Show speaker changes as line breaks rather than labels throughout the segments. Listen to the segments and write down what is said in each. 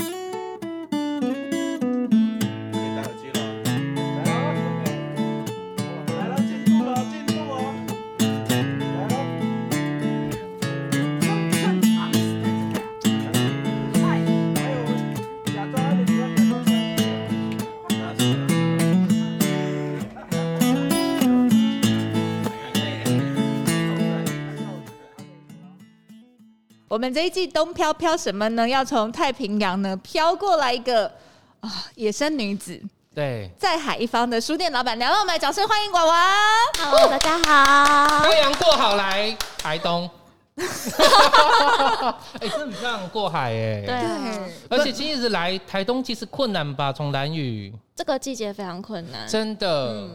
可以戴耳机了。来了，进步了，进步了。来了，还有假装还得假装。那是。
我们这一季东飘飘什么呢？要从太平洋呢飘过来一个啊、野生女子，
对，
在海一方的书店老板娘，让我们来掌声欢迎广王。
Hello，大家好。
漂洋过海来台东， 哎，真的很漂洋过海
对
哎，
啊，
而且其实来台东其实困难吧，从兰屿，
这个季节非常困
嗯
难。
真的，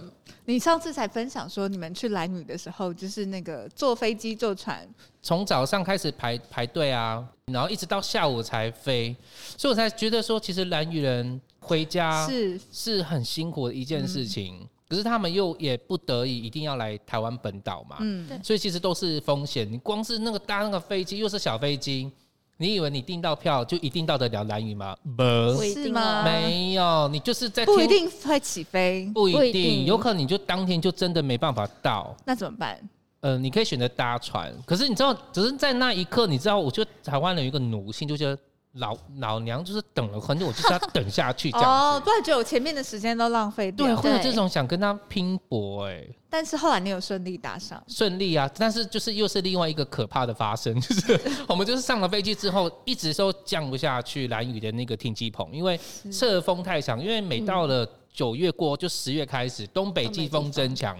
你上次才分享说，你们去蓝屿的时候，就是那个坐飞机、坐船，
从早上开始排排队啊，然后一直到下午才飞，所以我才觉得说，其实兰屿人回家
是嗯
是很辛苦的一件事情，可是他们又也不得已一定要来台湾本岛嘛，
嗯，
对
所以其实都是风险。你光是那个搭那个飞机，又是小飞机，你以为你订到票就一定到得了兰屿吗？不，
不一
是
定
吗？
啊
没有，你就是在
不
天
一，定会起飞，
不一
不
定，
一定
有可能你就当天就真的没办法到。
那怎么办？
呃，你可以选择搭船，可是你知道，只是在那一刻，你知道，我觉得台湾人有一个奴性，就觉得老老娘就是等了很久，我就是要等下去这样
哦，
子。
突然觉得我前面的时间都浪费
对，
掉。
会有
对
这种想跟他拼搏、哎，
但是后来你有顺利搭上，
顺利啊，但是就是又是另外一个可怕的发生， 就是我们就是上了飞机之后，一直都降不下去蓝雨的那个停机棚，因为侧风太强，因为每到了九月过就十月开始，东北季风增强，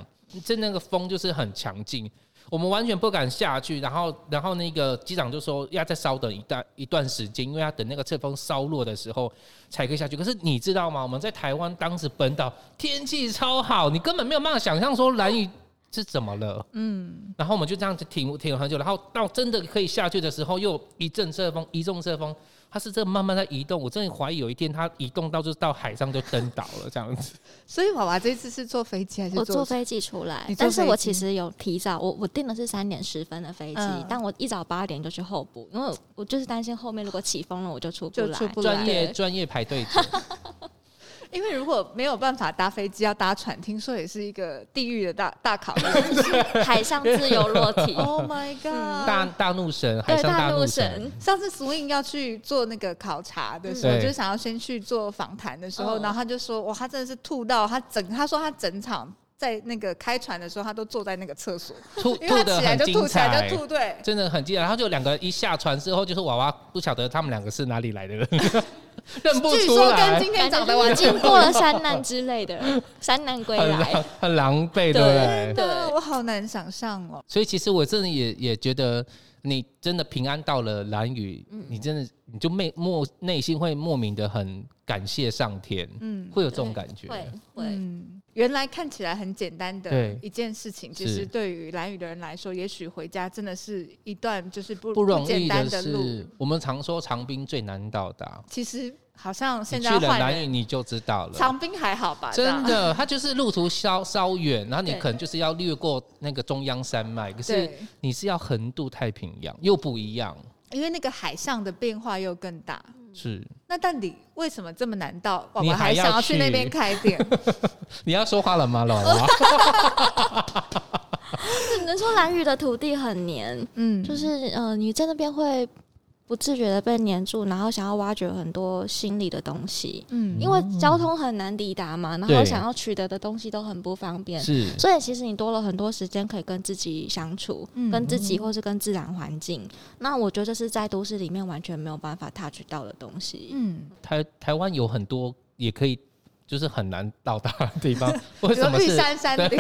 真那个风就是很强劲。我们完全不敢下去，然后，然后那个机长就说要再稍等一段一段时间，因为要等那个侧风稍弱的时候才可以下去。可是你知道吗？我们在台湾当时本岛天气超好，你根本没有办法想象说蓝雨是怎么了。
嗯，
然后我们就这样子停停了很久，然后到真的可以下去的时候，又一阵侧风，一阵侧风，它是这慢慢在移动。我真的怀疑有一天它移动到就是到海上就登岛了这样子。
所以娃娃这次是坐飞机还是
我坐
坐
飞机出来
你，坐
但是我
飞机
其实有提早，我我订的是三点十分的飞机
嗯，
但我一早八点就去候补，因为我就是担心后面如果起风了我就出不
就
来
出。不
专
来？
业专业排队者，
因为如果没有办法搭飞机，要搭船，听说也是一个地狱的大大考验。
海上自由落 体，
oh my god！
大 大怒神，海
对
上
大
怒
怒神，
上次 Swing 要去做那个考察的时候，
嗯对
就想要先去做访谈的时候，
嗯
然后他就说，哇，他真的是吐到他整，他说他整场在那个开船的时候，他都坐在那个厕所，
吐
因为
吐
他
的
起来
很
就
精
吐，起来
彩
就。吐，对。
真的很精彩，然后就两个人一下船之后，就是娃娃不晓得他们两个是哪里来的人， 认不
据
出
说跟
来，
今天长
感觉
得完
就是
全
经过了山难之类 的，山难归
很
来
狼。很狼狈，对不对
对？
对，我好难想象哦。
所以其实我真的也也觉得，你真的平安到了蓝屿，
嗯
你真的你就内莫内心会莫名的很感谢上天，
嗯
会有这种感觉。
会会，
嗯，原来看起来很简单的
对
一件事情，其
是
实对于蓝宇的人来说，也许回家真的是一段就是不
不容
简
易
单
的
的路
是。，我们常说长滨最难到达，
其实好像现
你去
在要
了
换
蓝屿
人，
你就知道了。
长滨还好吧？这
真
样
的，它就是路途稍稍远，然后你
对
可能就是要越过那个中央山脉，可是
对，
你是要横渡太平洋，又不一样。
因为那个海上的变化又更大。
是，
那到底为什么这么难到？我
你
们
还
还想
要
要去那
去
边开店？
你要说话了吗， 老王？
只嗯能说蓝屿的土地很黏，
嗯，
就是呃，你在那边会不自觉的被黏住，然后想要挖掘很多心理的东西，
嗯，
因为交通很难抵达嘛，然
对
后想要取得的东西都很不方便，
是，
所以其实你多了很多时间可以跟自己相处，
嗯
跟自己或是跟自然环境。那我觉得这是在都市里面完全没有办法 touch 到的东西。
嗯，
台台湾有很多也可以，就是很难到达的地 方。为
比如
什么
玉
是？
山山顶，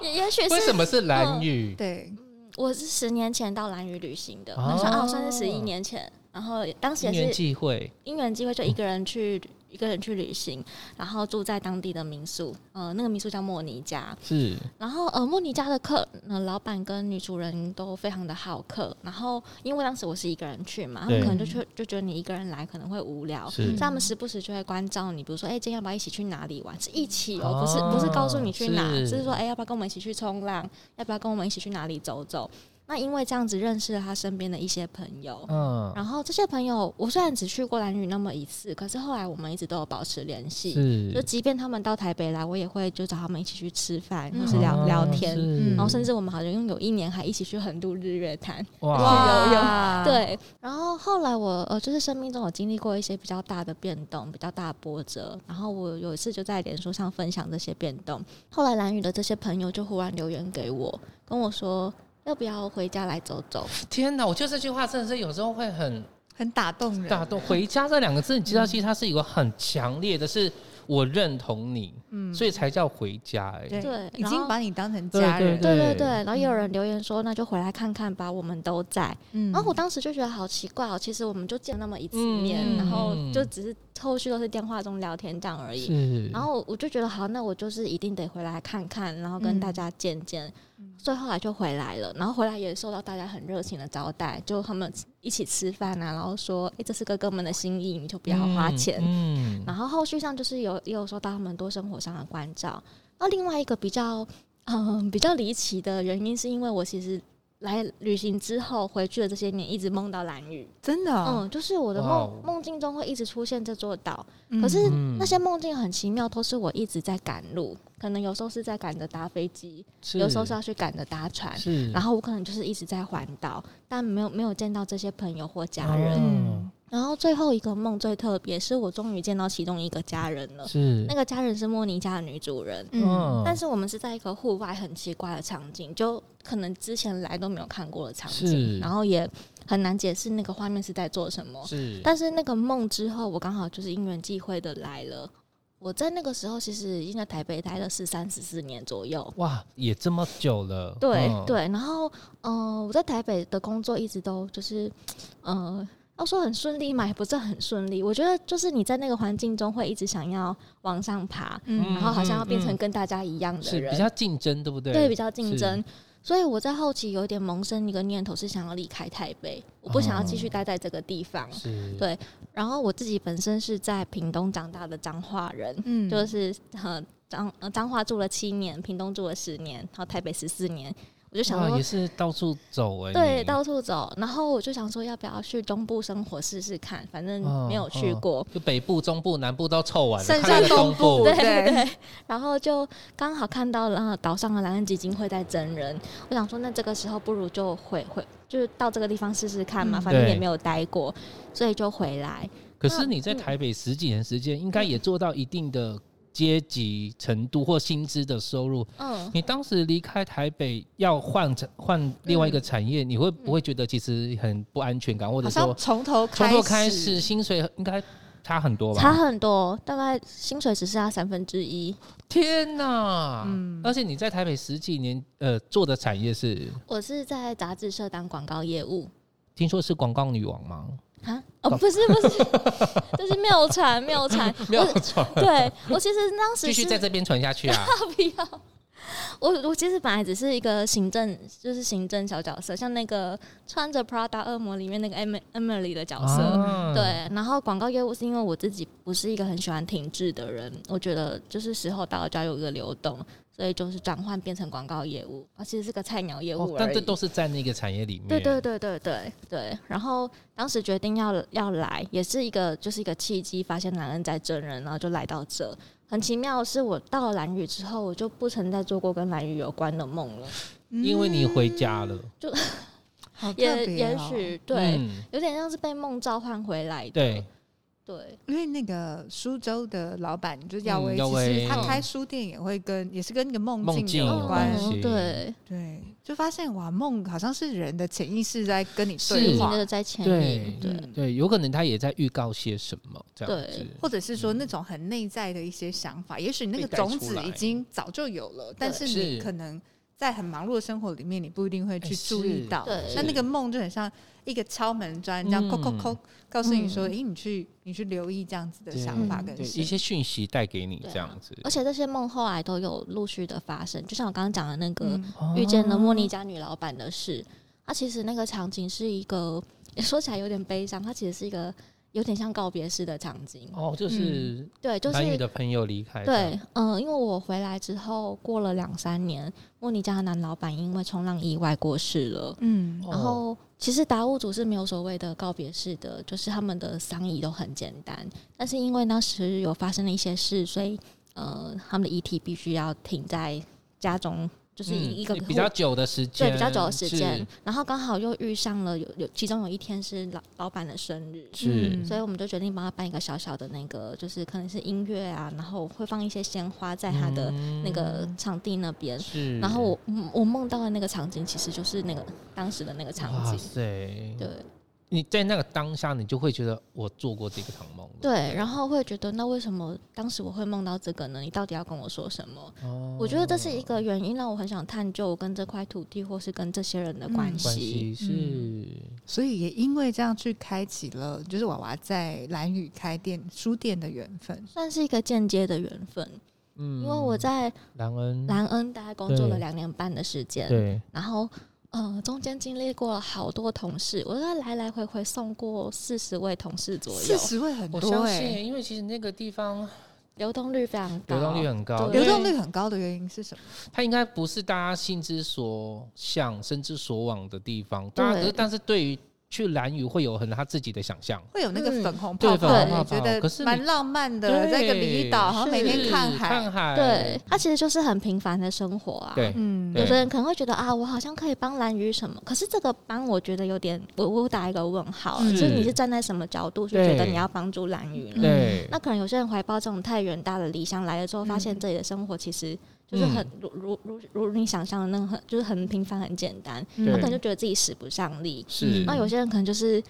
也也许
为
是
什么是蓝
嗯
雨？
对，
我是十年前到蓝屿旅行的，
哦
那时候啊，算是十一年前。然后当时
因
也
缘
是
际会，
因缘机会，就一个人去一个人去旅行，然后住在当地的民宿，呃，那个民宿叫莫尼家。
是
然后呃，莫尼家的客，呃，老板跟女主人都非常的好客。然后因为当时我是一个人去嘛，他们
对
可能就觉就觉得你一个人来可能会无聊。所
是
以他们时不时就会关照你，比如说，哎、今天要不要一起去哪里玩？是一起哦，不是不是告诉你去哪，
哦是
只是说，哎、要不要跟我们一起去冲浪？要不要跟我们一起去哪里走走？那因为这样子认识了他身边的一些朋友，
嗯，
哦然后这些朋友，我虽然只去过兰屿那么一次，可是后来我们一直都有保持联
嗯
系。就是即便他们到台北来，我也会就找他们一起去吃饭，
嗯
或是聊、
哦
聊天，
是
嗯
然后甚至我们好像有一年还一起去横渡日月潭。
哇，
有有
啊
哇，
对，然后后来我呃，就是生命中有经历过一些比较大的变动，比较大的波折。然后我有一次就在脸书上分享这些变动，后来蓝宇的这些朋友就忽然留言给我，跟我说要不要回家来走走。
天哪！我觉得这句话真的是有时候会很
很打动人。
打动。回家这两个字，你知道，其实它是有个很强烈的，是我认同你，
嗯
所以才叫回家。哎，
对，
对
已
然
经
后
把你当成
对
家
对
人。
对对对，
嗯
然后也有人留言说，那就回来看看吧，我们都在。
嗯
啊然后我当时就觉得好奇怪哦，其实我们就见那么一次
嗯
面，然后
嗯
就只是后续都是电话中聊天这样而已。
是
然后我就觉得好，那我就是一定得回来看看，然后跟大家见见。
嗯
所以后来就回来了，然后回来也受到大家很热情的招待，就他们一起吃饭啊，然后说，哎、这是哥哥们的心意，你就不要花钱。
嗯
然后后续上就是有也有收到他们多生活上的关照。那另外一个比较嗯比较离奇的原因，是因为我其实来旅行之后回去的这些年，一直梦到蓝屿。
真的哦，
嗯，就是我的
啊哇
梦
哦
梦境中会一直出现这座岛。
嗯
可是
嗯
那些梦境很奇妙，都是我一直在赶路，可能有时候是在赶着搭飞机，有时候是要去赶着搭船，
是，
然
后
后我可能就是一直在环岛，但没有没有见到这些朋友或
哦
家人。
嗯
然后最后一个梦最特别，是我终于见到其中一个家人了。
是
那个家人是莫妮家的女主人，
嗯
但是我们是在一个户外很奇怪的场景，就可能之前来都没有看过的场
是
景，然后也很难解释那个画面是在做什么。
是
但是那个梦之后，我刚好就是因缘际会的来了。我在那个时候其实已经在台北待了是三十四年左右，
哇，也这么久了，
对、
嗯，
对。然后，嗯、我在台北的工作一直都就是，呃，要说很顺利嘛，也不是很顺利。我觉得就是你在那个环境中会一直想要往上爬，
嗯
然后好像要变
嗯
成
嗯
跟大家一样的
是
人，
比较竞争，对不对？
对比较竞
是
争。所以我在后期有点萌生一个念头，是想要离开台北，我不想要继续
哦
待在这个地方。
是，
对然后我自己本身是在屏东长大的彰化人，
嗯
就是 呃彰呃彰化住了七年，屏东住了十年，然后台北十四年，我就想
哇，
说
也。是到处走哎，
对，
你
到处走，然后我就想说，要不要去东部生活试试看？反正
哦
没有去
哦
过，
就北部、中部、南部都凑完了，
剩
看
下
那个东
东部，
对对，然后就刚好看到了呃岛上的蓝恩基金会在真人，我想说那这个时候不如就回回就是到这个地方试试看嘛，
嗯
反正也
对
没有待过，所以就回来。
可是你
嗯
在台北十几年时间，应该也做到一定的阶级程度或薪资的收入。
嗯，
你当时离开台北要换产换另外一个产业，你会不会觉得其实很不安全感，或者
好
说
像从头
从
开
头开始薪水应该差很多
差
吧？
很多，大概薪水只剩下三分之一。
天哪！
嗯
而且你在台北十几年，呃，做的产业是
我是在杂志社当广告业务
听说是广告女王吗？
啊，哦，不是不是， 就是妙传妙 传，
没有传，
我对我其实当时
继续
是
在这边传下去啊！
不要。我 我其实本来只是一个行政，就是行政小角色，像那个穿着 Prada 恶魔里面那个 Em- Emily 的角色。
啊，
对，然后广告业务是因为我自己不是一个很喜欢停滞的人，我觉得就是时候到了就要有一个流动，所以就是转换变成广告业务，啊，其实是个菜鸟业务而已、
哦但这都是在那个产业里面。
对对对对对对。然后当时决定要要来，也是一个就是一个契机，发现男人在真人，然后就来到这。很奇妙的是，我到了蓝屿之后，我就不曾再做过跟蓝屿有关的梦了。
因为你
嗯
回家了，
好特
也
别
也
哦
许对，
嗯
有点像是被梦召唤回来的。
对，
对
因为那个苏州的老板就是耀
嗯
威，
耀
其
威
实他开书店也会跟，也是跟那个梦
梦境
境
有
有关
关。系
嗯对，
对，就发现哇，梦好像是人的潜意识在跟你
是
嗯对
你
话，
的在前
对
引，对
嗯
对，有可能他也在预告些什么这样
对
子。
或者是说那种很内在的一些想法，也许那个
嗯被带
种
出
子
来
已经早就有了，但是
是
你可能在很忙碌的生活里面，你不一定会去
哎
注意
是
到。
对
那那个梦就很像一个敲门砖，这样扣扣
嗯
扣，告诉你说，
嗯
诶，你去你去留意这样子的想法
嗯
跟
对
心
一些讯息带给你
对啊
这样子。
而且这些梦后来都有陆续的发生，就像我刚刚讲的那个。
嗯
啊遇见了
哦
莫妮家女老板的事。她其实那个场景是一个，说起来有点悲伤，它其实是一个有点像告别式的场景。
哦，就是
对，嗯就是
男女的朋友离开，
对，，嗯、因为我回来之后过了两三年，莫尼家的男老板因为冲浪意外过世了。
嗯
哦
然后，其实达悟族是没有所谓的告别式的，就是他们的丧仪都很简单。但是因为当时有发生了一些事，所以呃，他们的遗体必须要停在家中，就是
嗯
一一个
比较久的时间，
对比较久的时
是
间。然后刚好又遇上了有有，其中有一天是老老板的生日，
是
嗯
所以我们就决定帮他办一个小小的那个，就是可能是音乐啊，然后会放一些鲜花在他的那个场地那边。
嗯是，
然后我嗯我梦到的那个场景，其实就是那个当时的那个场
哇
景。
塞，
对
你在那个当下，你就会觉得我做过这个场梦了，
对，然后会觉得那为什么当时我会梦到这个呢？你到底要跟我说什么？
哦
我觉得这是一个原因，让我很想探究我跟这块土地或是跟这些人的关
嗯
关系
系。
是
嗯
所以也因为这样去开启了，就是娃娃在蓝宇开店书店的缘分。
算是一个间接的缘分，
嗯
因为我在
兰恩
兰恩大概工作了
对
两年半的时间，
对
然后呃，中间经历过了好多同事，我在来来回回送过四十位同事左
四
右，
十位很
我
多
相
哎、
信，因为其实那个地方
流动率非常高，
流动率很高，
对
流动率很高的原因是什么？
它应该不是大家心之所向、身之所往的地方。大家可是，但是对于去蓝屿会有很他自己的想象。
会有那个粉红
嗯对
泡
粉
泡，
红
泡
我觉
泡可是
得
你
蛮浪漫的，在一个离岛，然后每天
是
看
看
海，
海，
对，它其实就是很平凡的生活啊。
对，
嗯
对
有的人可能会觉得啊，我好像可以帮蓝鱼什么，可是这个帮我觉得有点，我我打一个问号啊，
是
就是你是站在什么角度去
嗯对
觉得你要帮助蓝鱼呢？
对，
嗯那可能有些人怀抱这种太远大的理想来了之后，发现
嗯
这里的生活其实就是很
嗯
如如如如你想象的那个很就是很平凡很简单，
对
嗯
嗯
他可能就觉得自己使不上力，
是
那有些人可能就是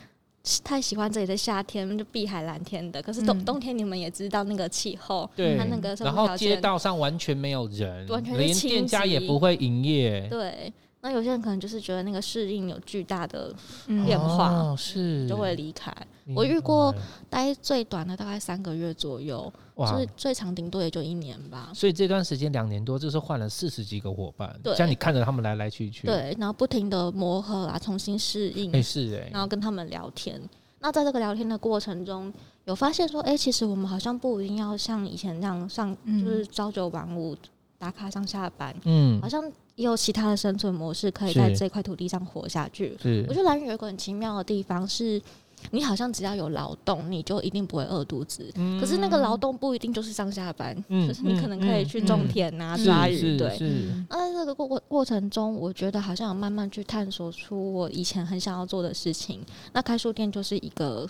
太喜欢这里的夏天，就碧海蓝天的。可是冬、
嗯
冬天你们也知道那个气候，
对
它那个生
嗯然
活
后
条
街
件，
道上完全没有人，
完全是
连
清
店家也
寂
不会营业，
对。那有些人可能就是觉得那个适应有巨大的，
嗯
变化
哦是
就会离开。
明
我遇过
白
待最短的大概三个月左右，
哇
就是最长顶多也就一年吧。
所以这段时间两年多，就是换了四十几个伙伴，
对
像你看着他们来来去去，，
对，然后不停的磨合啊，重新适应，
哎是哎，
然后跟他们聊天。那在这个聊天的过程中，有发现说，哎、其实我们好像不一定要像以前那样上，
嗯
就是朝九晚五打卡上下班，
嗯
好像也有其他的生存模式可以
是
在这块土地上活下去。
是
我觉得蓝屿有一个很奇妙的地方是，你好像只要有劳动，你就一定不会饿肚子。可是那个劳动不一定就是上下班，
嗯
就是你可能可以去
嗯嗯
种田啊、
是
抓
是
鱼，对。嗯
是，
那在这个过过过程中，我觉得好像有慢慢去探索出我以前很想要做的事情。那开书店就是一个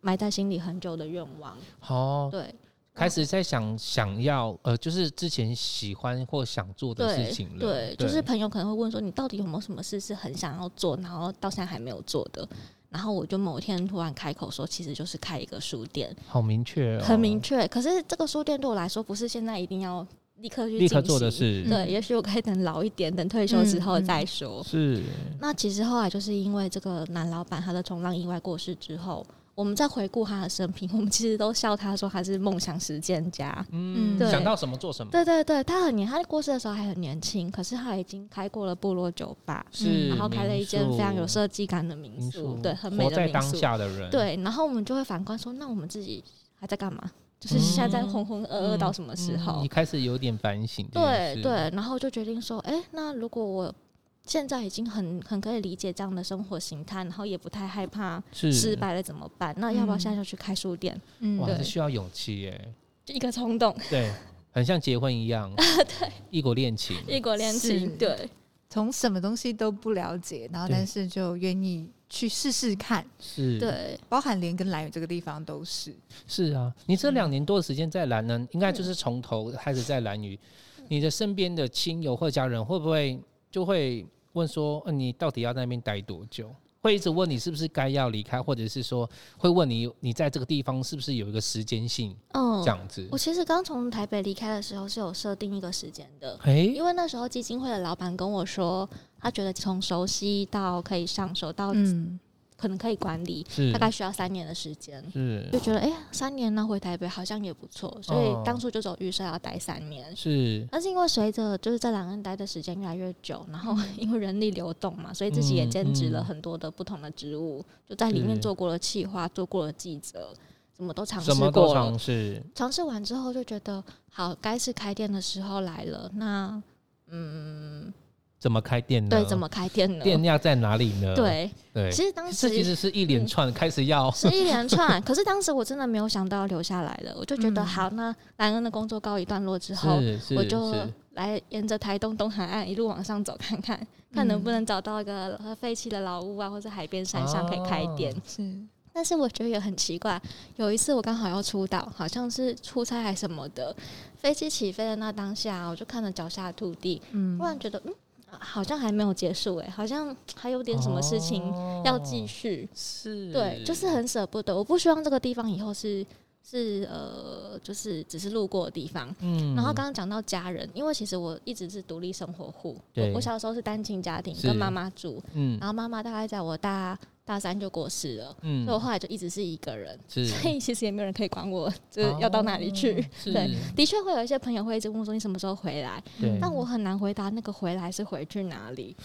埋在心里很久的愿望，
好，
对
开始在想想要呃，就是之前喜欢或想做的事
对
情了，
对，就是朋友可能会问说，你到底有没有什么事是很想要做，然后到现在还没有做的？然后我就某一天突然开口说，其实就是开一个书店，
好明确哦，
很明确。可是这个书店对我来说，不是现在一定要立刻去
立刻
进
做的
行。
事嗯
对，也许我可以等老一点，等退休之后
嗯嗯
再说。
是
那其实后来就是因为这个男老板他的冲浪意外过世之后，我们再回顾他的生平，我们其实都笑他说他是梦想实践家。
嗯，
对
想到什么做什么，
对对对，他很年，他过世的时候还很年轻，可是他已经开过了部落酒吧，
是，
嗯然后开了一间非常有
设
设计感的民
民
宿
宿，，
对，很美
活
的
在
民
当
宿。
下的人，，
对，然后我们就会反观说，那我们自己还在干嘛？就是现
嗯
在在浑浑噩噩到什么时候？
你嗯开始有点反省这件
对
事，
对，然后就决定说，哎、那如果我现在已经很很可以理解这样的生活形态，然后也不太害怕
是
失。败了怎么办？那要不要现在就去开书店？
嗯
哇，
对
这需要勇气耶！
就一个冲动，
对，很像结婚一 样，异国恋情，
异国恋
是
情，对
从什么东西都不了解，然后
对
但是就愿意去试试看，
是，
对，
包含连跟蓝宇这个地方都是。
是啊。你这两年多的时间在蓝呢，应该
嗯
就是从头开始在蓝屿。你的身边的亲友或家人会不会就会问说，呃、你到底要在那边待多久？会一直问你是不是该要离开，或者是说会问你你在这个地方是不是有一个时间性
嗯
这。样子
我？其实刚从台北离开的时候是有设定一个时间的，
哎、
因为那时候哦基金会的老板跟我说，他觉得从熟悉到可以上手到
嗯
可能可以管理，
是
大概需要三年的时间。
是
就觉得哎、诶三年呢回台北好像也不错，所
哦
以当初就走预设要待三年。
是
但是因为随着就是在两岸待的时间越来越久，然后 因为人力流动嘛，所以自己也
嗯
兼职
嗯
了很多的不同的职务，就在里面
是
做过了企划，做过了记者，什么都尝试
什么都
过
尝
了。
试，
尝试完之后就觉得，好，该是开店的时候来了。那嗯，
怎么开店呢？
对，怎么开店呢？
店要在哪里呢？
对，
对，
其实嗯当时
这其实是一连串开始要
是一连串。可是当时我真的没有想到要留下来了，我就觉得、
嗯
好，那莱恩的工作告一段落之后，
是是
我就是来沿着台东东海岸一路往上走看看，看能不能找到一个呃废弃的老屋啊，或者海边山上可以开店。
是
但是我觉得也很奇怪，有一次我刚好要出岛，好像是出差还什么的，飞机起飞的那当下，我就看着脚下的土地，
嗯
突然觉得嗯，好像还没有结束哎、好像还有点什么事情
哦
要继续。
是，
对，就是很舍不得。我不希望这个地方以后是是呃，就是只是路过的地方。
嗯
然后刚刚讲到家人，因为其实我一直是独立生活户，我
对
我小时候是单亲家庭，
是
跟妈妈住，
嗯
然后妈妈大概在我大大三就过世了，
嗯
所以我后来就一直是一个人，
是哦
所以其实也没有人可以管我，就是要到哪里去。
是
对的确会有一些朋友会一直问我说你什么时候回来，
对，
但我很难回答那个回来是回去哪里。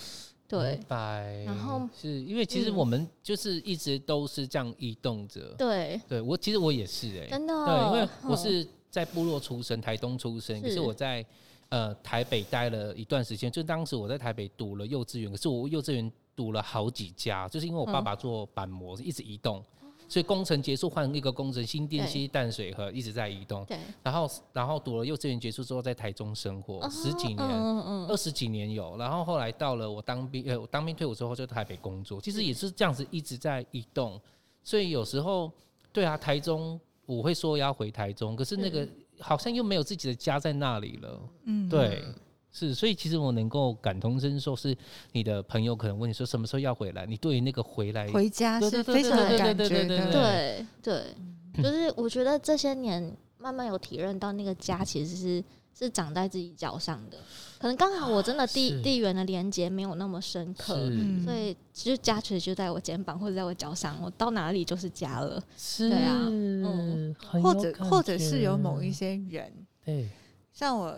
对
明白。
然后
是因为其实
嗯
我们就是一直都是这样移动着，
对，
对我其实我也是哎、
真的哦，
对，因为我
嗯
是在部落出生，台东出生，可是
是
我在呃台北待了一段时间，就当时我在台北读了幼稚园，可是我幼稚园读了好几家，就是因为我爸
嗯
爸做板模，一直移动。所以工程结束换一个工程，新店
对
溪淡水河一直在移动，
对。
然后然后读了幼稚园结束之后，在台中生活、
哦
十几年，
嗯嗯
二
嗯，
十几年有，然后后来到了我当兵，呃，我当兵退伍之后就台北工作，其实也是这样子一直在移动，所以有时候对啊，台中我会说要回台中，可是那个好像又没有自己的家在那里了，
嗯
对，是，所以其实我能够感同身受，是你的朋友可能问你说什么时候要回来，你对于那个回来
回家
对
是
对
非
对
常
对
有感
对对
觉
对对嗯
的，
对对，就是我觉得这些年慢慢有体认到那个家其实是是长在自己脚上的，可能刚好我真的
啊是
地地缘的连接没有那么深刻，
嗯
是嗯
所以其实家其实就在我肩膀或者在我脚上，我到哪里就是家了。
是，
对啊嗯
很有
或者
哎感
或者是有
觉
某一些人，
对，
像我，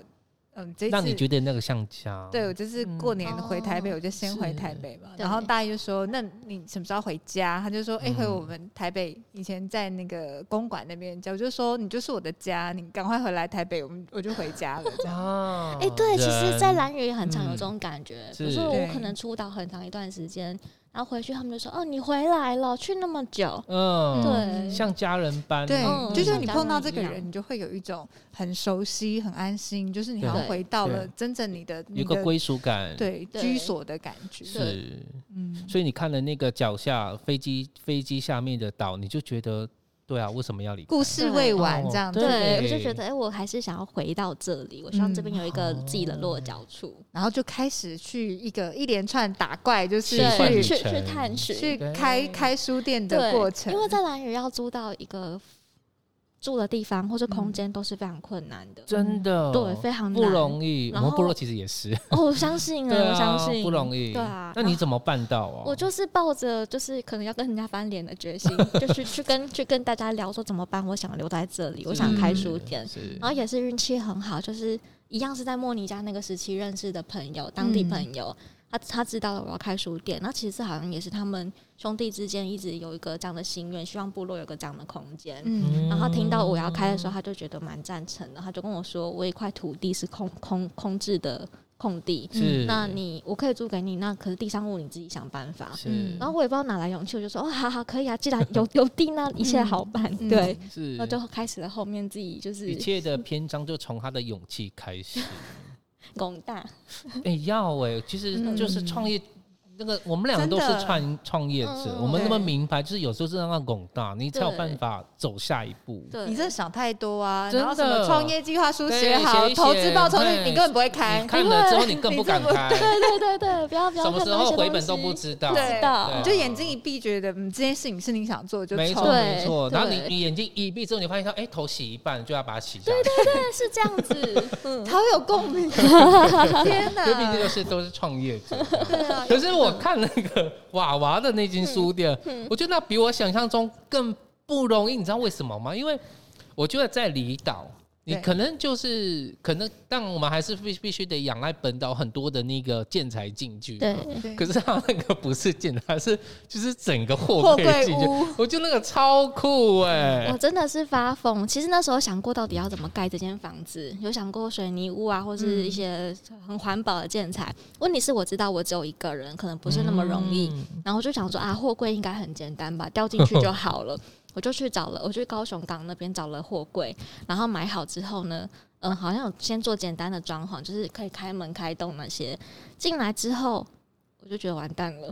嗯，这
让你
次
觉得那个像家，
对我这次过
嗯
年回台北，
哦
我就先回台
是
北嘛。
对
然后大姨就说：“那你什么时候回家？”他就说：“哎、回
嗯
我们台北，以前在那个公馆那边家。”我就说：“你就是我的家，你赶快回来台北，我们我就回家了。”这样，
啊，
哎、对，其实，在
人
兰屿也很常有
嗯
这种感觉，
是
比如说我
对
可能出岛很长一段时间，然后回去他们就说：“哦，你回来了，去那么久。”
嗯，
对，
像家人般，
对，
嗯
就是
像
你
家
碰到
人
这
一
个
样
人，你就会有一种很熟悉、很安心，就是你好像
对
回到
对
了真正你的你
有个
的
归属感，，
对居
对
所的感觉。
对
是。
嗯，
所以你看了那个脚下飞机飞机下面的岛，你就觉得，对啊，为什么要离开？
故事
对
未完
哦
这样子，
对，我就
对
觉得，哎、我还是想要回到这里，我希望这边有一个
嗯
自己的落脚处。
然后就开始去一个一连串打怪，就是
奇幻旅
对，
去
去
程
去探寻
去
对
开开书店的
对
过程，
因为在兰屿要租到一个住的地方或者空间都是非常困难的，
真的
嗯对，非常
嗯不
难
容易。我
然
们部落
后
其实也是，
哦，我 相信
对
我
啊
相，信
不容易。
对啊
那你怎么办到啊？
我就是抱着就是可能要跟人家翻脸的决心，就是去 跟去跟大家聊说怎么办，我想留在这里，我
嗯
想开书店。
是
然后也是运气很好，就是一样是在莫妮家那个时期认识的朋友，当地朋友，他他知道了我要开书店，那其实好像也是他们兄弟之间一直有一个这样的心愿，希望部落有个这样的空间。
嗯
然后他听到我要开的时候，他就觉得蛮赞成的，他就跟我说，我有一块土地是空空空置的空地，
是，
嗯那你我可以租给你，那可是地上物你自己想办法。
是
嗯
然后我也不知道哪来勇气，我就说哦，好好可以啊，既然有有地那一切好办，
嗯
对，
是，
然后就开始了后面自己就
一
是
切的篇章就从他的勇气开始。
拱大，
哎、要哎、其实就是
嗯
创业。那个我们两个
真
都
的
是创创业者，
嗯
我们那么
对
明白，就是有时候是让他拱大，你才有
对
办法走下一步。
对，
你真的想太多啊！
真的
然后什么创业计划书写好，
对写一写
投资报酬率
对
你根本不会开
你，看了之后，你更不 敢开，
对对对对，不要不要
什么
看到
时
一
候
些
回
东
本都
西
不知道。
对
知 道
你就眼睛一闭，觉得嗯这件事情是你想做就
没
冲
错
对
没错。然后你
对
你眼睛一闭之后，你发现说，哎、头洗一半就要把它洗下去。
对，是这样子， 嗯，
好有共鸣，天
就毕竟
哪！
都是都是创业者。
对啊，
可是我我看那个娃娃的那间书店，
嗯
我觉得那比我想象中更不容易，你知道为什么吗？因为我觉得在离岛，你
对
可能就是可能，但我们还是必必须得仰赖本岛很多的那个建材进去。
对，
对
可是它那个不是建材，是就是整个货
货
柜
柜
进去
屋，
我觉得那个超酷哎、
嗯我真的是发疯。其实那时候想过到底要怎么盖这间房子，有想过水泥屋啊，或是一些很环保的建材。问题是我知道我只有一个人，可能不是那么容易。
嗯
然后我就想说啊，货柜应该很简单吧，掉进 去就好了。我就去找了，我去高雄港那边找了货柜，然后买好之后呢，嗯，好像有先做简单的装潢，就是可以开门、开洞那些。进来之后，我就觉得完蛋了，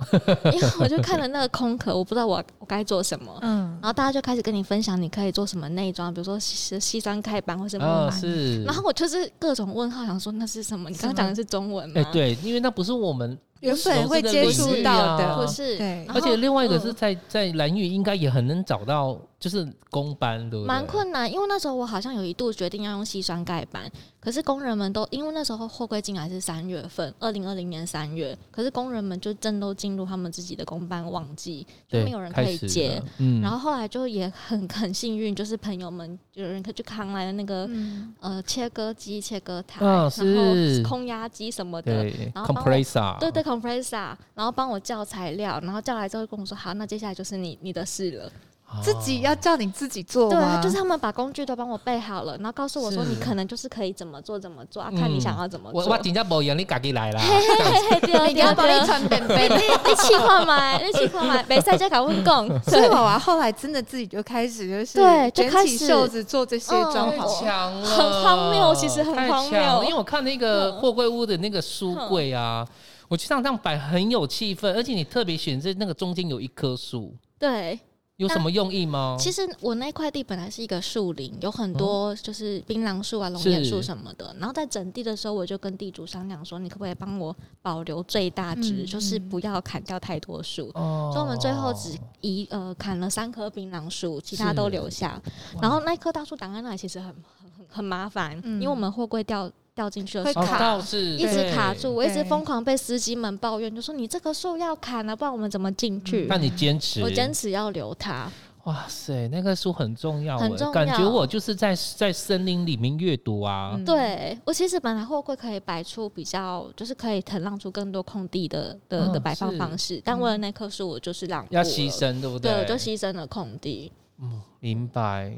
因为我就看了那个空壳，我不知道我我该做什么。
嗯，
然后大家就开始跟你分享你可以做什么内装，比如说西西装盖板或什么
啊
买。
是，
然后我就是各种问号，想说那是什么？你刚刚讲的是中文吗？
哎、，对，因为那不是我们
原本会
熟知的
接
领
触
域
到
啊
的，
不是。
对
然后
而且另外一个
嗯
是在在蓝屿应该也很能找到，就是工班，对不对？
蛮困难，因为那时候我好像有一度决定要用细酸盖板，可是工人们都因为那时候货柜进来是三月份，二零二零年三月，可是工人们就正都进入他们自己的工班旺季，就
对，
没有人
开
可以
始
接
了。，嗯，
然后后来就也很很幸运，就是朋友们有人去扛来了那个、
嗯，
呃切割机、切割台，
啊
然
是
后空压机什么的，
对
然后帮我
，compressor，
对对 compressor，然后帮我叫材料，然后叫来之后跟我说，好，那接下来就是你你的事了。
啊
自己要叫你自己做
对
吗？
啊，就是他们把工具都帮我备好了，然后告诉我说
是
你可能就是可以怎么做怎么做，啊、
嗯
看你想要怎么
我
做。
我真正无用，你家己来啦。
嘿对对
你要帮你
对，
传本本。
哎你气话嘛，你气 话嘛，没赛就搞问讲，
所以
对
娃娃后来真的自己就开始就是
对就
卷
开
起
始
袖子做这些
嗯
装
太
潢，
强了，
很荒谬其实很
太
荒
强了
谬嗯
因为我看那个货柜屋的那个书柜啊，我去上这样摆很有气氛，而且你特别选这那个中间有一棵树，
对。
有什么用意
哦
吗？
其实我那块地本来是一个树林，有很多就是槟榔树啊、龙眼树什么的。然后在整地的时候，我就跟地主商量说，你可不可以帮我保留最大值，
嗯
就是不要砍掉太多树。
哦
所以我们最后只一呃砍了三棵槟榔树，其他
是
都留下。然后那棵大树挡在那里，其实很很很很麻烦，
嗯
因为我们货柜掉掉进去的
会
时候
哦
卡
倒是
一直卡。住，我一直
对
疯狂被司机们抱怨，就说你这棵树要砍啊，不然我们怎么进
对
去
那？你坚持，
我坚持要留它。
哇塞，那个书很重要欸，
很重要
感觉我就是在在森林里面阅读啊。
嗯
对我其实本来货柜可以摆出比较，就是可以腾浪出更多空地的的
嗯
的摆放
是嗯
方式，但为了那棵树，我就是让
要牺，牲，对不
对，
对
我就牺牲了空地。
嗯，明白。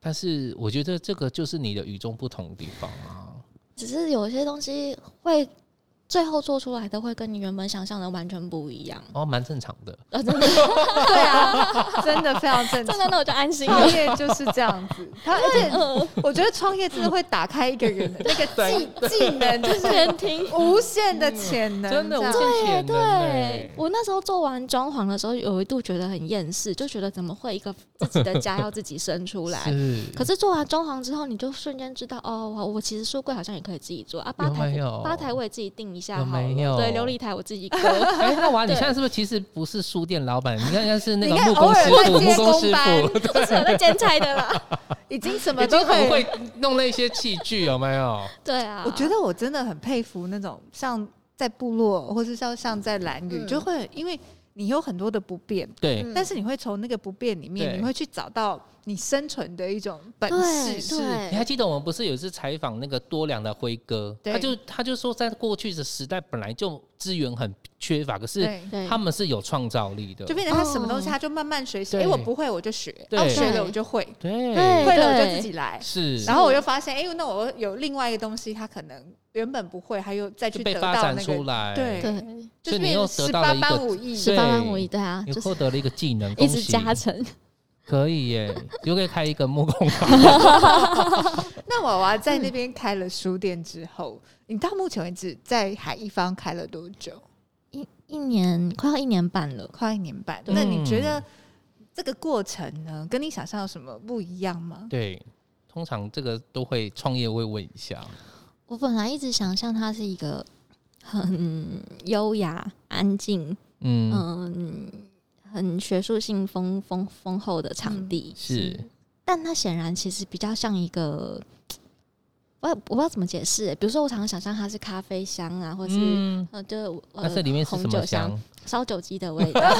但是我觉得这个就是你的与众不同的地方啊。
只是有些东西会最后做出来的会跟你原本想象的完全不一 样。
哦，蛮正常的。
啊，真的，
对啊， 真的非常正
真的，
常。
那我就安心了
创。业就是这样子，他而 且
嗯，
我觉得创业真的会打开一个人的那个技技能，就是
全听。
无限的潜能，
嗯真的
这样
无限
对
潜能
对
欸，
我那时候做完装潢的时候，有一度觉得很厌世，就觉得怎么会一个自己的家要自己生出来？
是，
可是做完装潢之后，你就瞬间知道，哦，我我其实书柜好像也可以自己做啊，吧
有
台
没有
吧台我也自己定一下
有
好了，
没有
对，琉璃台我自己割。
哎，那娃，你
对
现在是不是其实不是书店老板？你看，应该是那
你
个
看
木工师
偶尔
傅，
会接
木工师
工班
傅
都是有在兼差的啦，
已经什么
已经
都可
很
以。
会弄那些器具，有没有？
对啊，
我觉得我真的很佩服那种像在部落，或是像像在蓝屿，
嗯
就会因为你有很多的不便，
对，
嗯
但是你会从那个不便里面，
对
你会去找到你生存的一种本
对
事。
你
对，
还记得我们不是有一次采访那个多良的辉哥，
对
他就他就说，在过去的时代本来就资源很缺乏，可是
对，
对
他们是有创造力的
就，变成他什么东西，
哦
他就慢慢学习。
对
哎，我不会我就学，
对
啊我学了我就会，
对
对
会了我就自己来。
是，
然后我又发现，哎，那我有另外一个东西，他可能原本不会，还有再去
就
得
被发
到
展
那
出
个，
来，
对
对，
就是
所以你
变
又
成
得
十
到
八
了一个
般武艺。
十八万五一对啊，
你
就是
获得了一个技能，
一
恭
直
喜，
加成。
可以耶，就可以开一个木工坊。
那娃娃在那边开了书店之后，你到目前为止在海一方开了多久？
一一年快要一年半了。
快一年半。
对
那你觉
嗯
得这个过程呢，跟你想象有什么不一样吗？
对，通常这个都会创业会问一下，
我本来一直想象它是一个很优雅、安静，
嗯，
嗯，很学术性丰丰丰
嗯
厚的场地，
是
但它显然其实比较像一个我也我不知道怎么解释、欸比如说，我常常想象它是咖啡香啊，或是、
嗯，
呃，就是呃
那这里面是
红
什
酒
么
香
香？、
烧酒鸡的味道。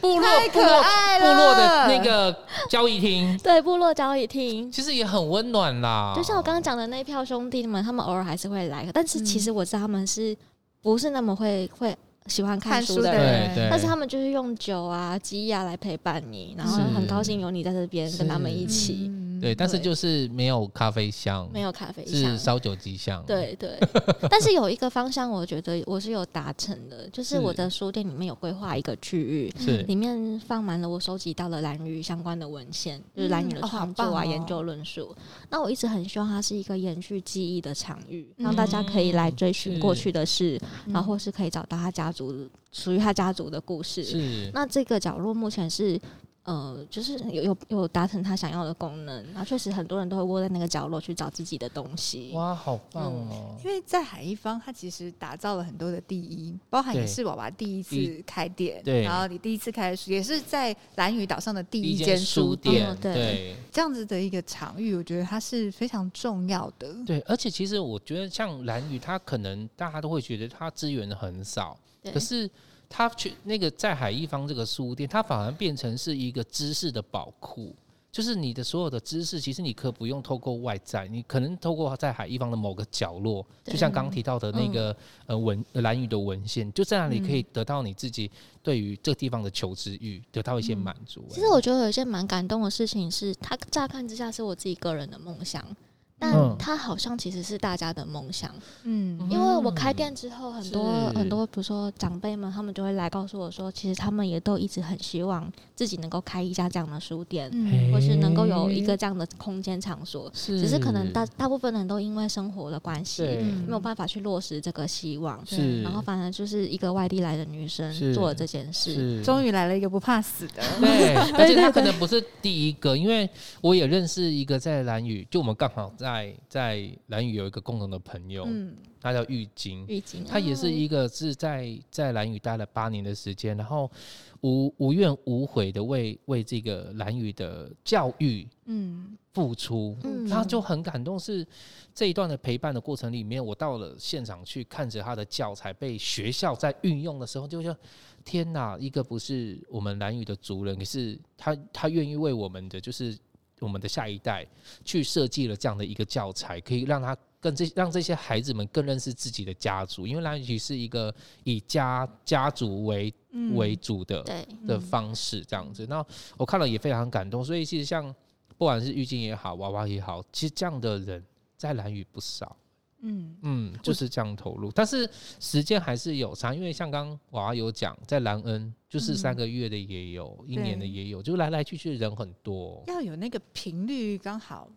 部落
太
部
可
落
爱
部
了
落的那个交易厅，
对，部落交易厅。
其实也很温暖啦。
就像我刚刚讲的那一票兄弟们，他们偶尔还是会来，但是其实我知道他们是不是那么会会喜欢看
看
书
书
的
的
人。
对
人
对，
但是他们就是用酒啊、鸡呀、来陪伴你，然后
是
很高兴有你在这边跟他们一起，
嗯
对，但是
对
就是没有咖啡香，
没有咖啡
是
香。
烧酒鸡香。
对对， 但是有一个方向，我觉得我是有达成的，就是
是
我的书店里面有规划一个区域，
是
里面放满了我收集到的蓝鱼相关的文献，就是蓝鱼的
嗯哦好
创作啊、
棒哦
研究论述。那我一直很希望它是一个延续记忆的场域，
嗯
让大家可以来追寻
是
过去的事，然后或是可以找到他家族属于他家族的故事。
是，
那这个角落目前是。呃，就是有有有达成他想要的功能，然后确实很多人都会窝在那个角落去找自己的东西。
哇，好棒哦！
嗯
因为在海一方，它其实打造了很多的第一，包含也
对
是娃娃第一次
第
开店，
对
然后你第一次开的书，也是在蓝屿岛上的第
第一
间
间书
店，
店
哦，对
对
这样子的一个场域，我觉得它是非常重要的。
对，而且其实我觉得像蓝宇，他可能大家都会觉得他资源很少，
对
可是他去那个在海一方这个书店，它反而变成是一个知识的宝库。就是你的所有的知识，其实你可不用透过外在，你可能透过在海一方的某个角落，
对嗯
就像刚刚提到的那个、呃文呃蓝宇的文献，就在那里可以得到你自己对于这个地方的求知欲，得到一些满足、
嗯
哎
其实我觉得有一件蛮感动的事情是，它乍看之下是我自己个人的梦想，但
嗯
它好像其实是大家的梦想。
嗯，
因为我开店之后，很多
是
很多，比如说长辈们，他们就会来告诉我说，其实他们也都一直很希望自己能够开一家这样的书店，
嗯
或是能够有一个这样的空间场所。
是
只是可能大大部分人都因为生活的关系，
嗯对
嗯
没有办法去落实这个希望。
是，
然后反而就是一个外地来的女生
是
做了这件事，
是
终于来了一个不怕死的，
对，而且他可能不是第一个，因为我也认识一个在蓝屿，就我们刚好在在蓝屿有一个共同的朋友，
嗯，
他叫玉晶，
浴巾啊
他也是一个是在在蓝屿待了八年的时间，然后无无怨无悔的为为这个蓝屿的教育
嗯，
付出，
嗯
他就很感动。是这一段的陪伴的过程里面，我到了现场去看着他的教材被学校在运用的时候，就觉得天哪！一个不是我们蓝宇的族人，可是他他愿意为我们的就是我们的下一代去设计了这样的一个教材，可以让他更这让这些孩子们更认识自己的家族，因为蓝宇是一个以家家族为
嗯
为主的
对。
的方式这样子。那我看了也非常感动，所以其实像不管是玉晶也好，娃娃也好，其实这样的人在蓝屿不少，
嗯，
嗯，就是这样投入，但是时间还是有差，因为像刚娃娃有讲，在兰恩就是三个月的也有，一年的也有，就来来去去的人很多，
要有那个频率刚好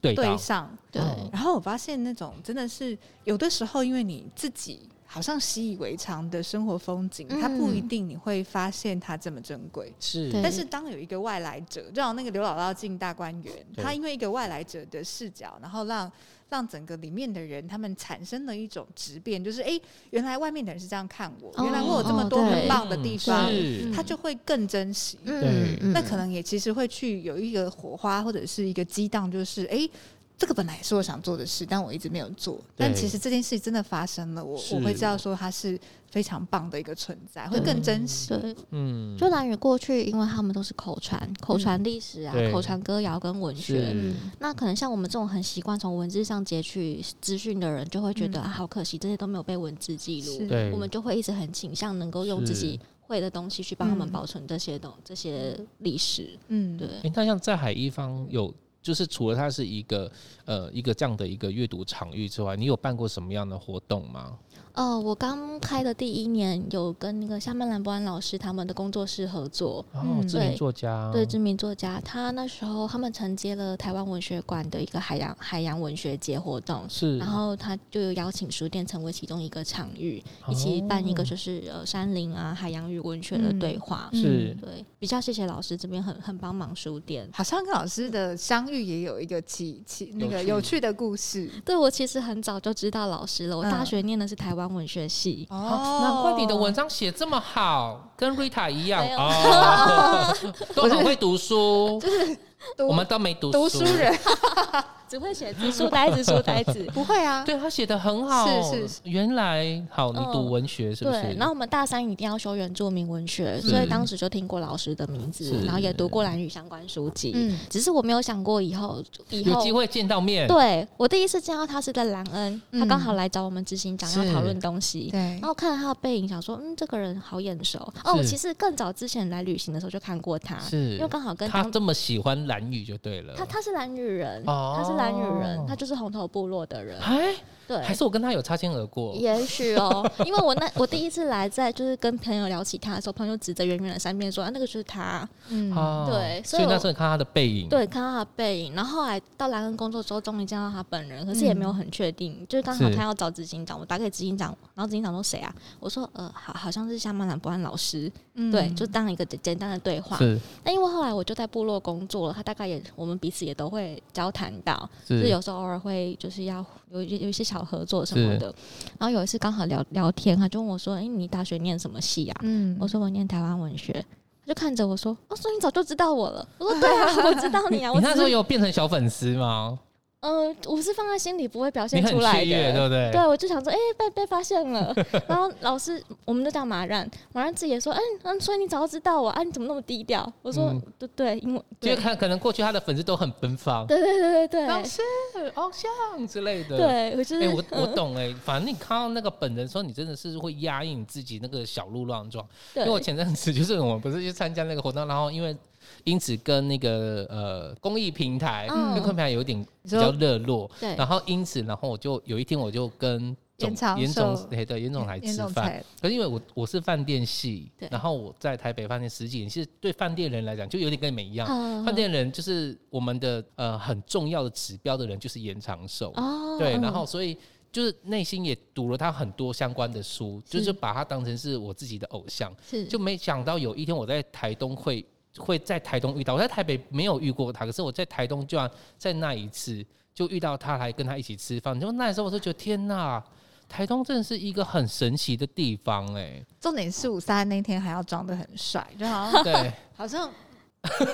对
对
到
上，
对
嗯
然后我发现那种真的是有的时候，因为你自己好像习以为常的生活风景，它不一
嗯
定你会发现它这么珍贵。
是
对
但是当有一个外来者，让那个刘姥姥进大观园，
对
他因为一个外来者的视角，然后让让整个里面的人他们产生了一种质变，就是哎、诶原来外面的人是这样看我，
哦
原来我有这么
哦
多
对
很棒的地方，嗯
是
他就会更珍惜。
对
嗯
那可能也其实会去有一个火花或者是一个激荡，就是哎、诶这个本来也是我想做的事，但我一直没有做。但其实这件事真的发生了，我我会
是
知道说它是非常棒的一个存在，会更珍惜。
对，
嗯，
就蓝屿过去，因为他们都是口传，口
嗯
传历史啊，
对
口传歌谣跟文学。
是
那可能像我们这种很习惯从文字上截取资讯的人，就会觉得、
嗯
啊，好可惜，这些都没有被文字记录
是。
对，
我们就会一直很倾向能够用自己会的东西去帮他们
嗯
保存这些东、这些历史。
嗯，
对，
诶那像在海一方有，就是除了它是一个呃一个这样的一个阅读场域之外，你有办过什么样的活动吗？
呃，我刚开的第一年有跟那个夏曼兰博安老师他们的工作室合作，
哦，
嗯
知名
对
作家，
对，知名作家，他那时候他们承接了台湾文学馆的一个海洋海洋文学节活动，
是，
然后他就有邀请书店成为其中一个场域，一起办一个
哦
就是呃山林啊海洋与文学的对话。
嗯
是
对，比较谢谢老师这边很很帮忙书店。
好像跟老师的相遇也有一个奇奇那个
有趣
有趣的故事
对我其实很早就知道老师了，我大
嗯
学念的是台湾文学系。
哦，难怪你的文章写这么好，跟 Rita 一样
没有
哦，都很会读书，
读
我们都没读
读书人
只会写 字，书呆子，书呆子。
不会啊，
对他写的很好，
是是是
原来好，你读
嗯
文学是不是？
对，然后我们大三一定要修原住民文学，
是
所以当时就听过老师的名字
是，
然后也读过蓝语相关书籍。
嗯
只是我没有想过以后以
有
后
机会见到面，
对我第一次见到他是在兰恩，
嗯
他刚好来找我们执行长
是
要讨论东西。
对
然，后看到他的背影，想说，嗯，这个人好眼熟哦。我
是
其实更早之前来旅行的时候就看过他，
是
啊因为刚好跟
他
当
这么喜欢蓝雨就对了。
他他是蓝女人，
哦
他是蓝女人，他就是红头部落的人，
哎，
对。
还是我跟他有擦肩而过，
也许哦，因为我那我第一次来在就是跟朋友聊起他的时候，朋友指着远远的山边说：“啊，那个就是他。
嗯，
啊
对
所
所
以
以
那
我
时候你看他的背影，
对，看到他的背影。然后后来到兰恩工作之后，终于见到他本人，可是也没有很确定，就是刚好
是
他要找执行长，我打给执行长，然后执行长说谁啊？我说呃，好，好像是夏曼兰博安老师。
嗯
对，就当一个简简单的对话。
是
那因为后来我就在部落工作了，他大概也我们彼此也都会交谈到，就是
是
有时候偶尔会就是要有一有一些小合作什么的。然后有一次刚好聊聊天，他就问我说：“哎、你大学念什么系啊？”
嗯
我说：“我念台湾文学。”他就看着我说：“哦，所以你早就知道我了。”我说：“对啊，我知道 你啊。我
你
只
那时候
是
有变成小粉丝吗？
呃，我是放在心里不会表
你
现
很
出来
雀跃，对
的。”
不对？
对，我就想说，哎、被被发现了。 然后老师，我们就叫马然，马然自己也说，嗯嗯，所以你早就知道我啊，你怎么那么低调？我说，
嗯
对对，因为
就
对
是看可能过去他的粉丝都很奔放，
对对对对
老
对，
师偶像之类的。
对我就是、
哎、我我懂哎、反正你看到那个本人的时候，你真的是会压抑你自己那个小鹿乱撞。
对
因为我前阵子就是我们不是去参加那个活动，然后因为因此跟那个呃公益平台，
嗯
那公益平台有一点比
你
较
说
热络，
对
然后因此然后我就有一天我就跟总
严长
严
寿
总哎对严总来
严
吃
总
饭，
裁
可是因为我我是饭店系
对，
然后我在台北饭店十几年，其实对饭店人来讲就有点跟你们一样，
嗯
饭店人就是我们的呃很重要的指标的人就是延长寿，
哦，
对，
嗯
然后所以就是内心也读了他很多相关的书，就是把他当成是我自己的偶像，
是
就没想到有一天我在台东会会在台东遇到，我在台北没有遇过他，可是我在台东居然在那一次就遇到他，来跟他一起吃饭，就那时候我就觉得天呐，台东真的是一个很神奇的地方 哎、
重点是五三那天还要装的很帅，就好像
对，
好像
嗯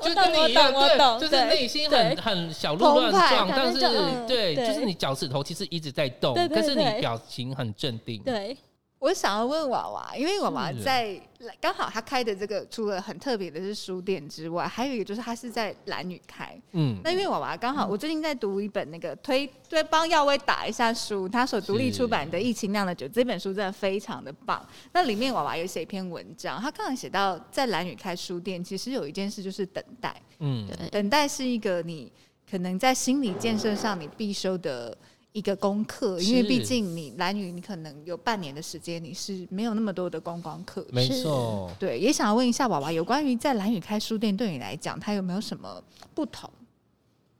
就跟
懂
你一样，
我懂我
对，
懂
就是
对
内心很
对
很小鹿乱撞，
澎湃
但是
反正就嗯
对，
对
就是你脚趾头其实一直在动，
对对
可是你
对
表情很镇定，
对，
我想要问娃娃，因为娃娃
是
在刚好他开的这个，除了很特别的是书店之外，还有一个就是他是在蓝屿开。
嗯，
那因为娃娃刚好，我最近在读一本那个推推帮耀威打一下书，他所独立出版的《疫情酿的酒》这本书真的非常的棒。那里面娃娃有写一篇文章，他刚好写到在蓝屿开书店，其实有一件事就是等待，
嗯，
对
等待是一个你可能在心理建设上你必修的一个功课，因为
是
毕竟你蓝宇你可能有半年的时间你是没有那么多的观光客。
没错，
对，也想要问一下娃娃，有关于在蓝宇开书店对你来讲，它有没有什么不同？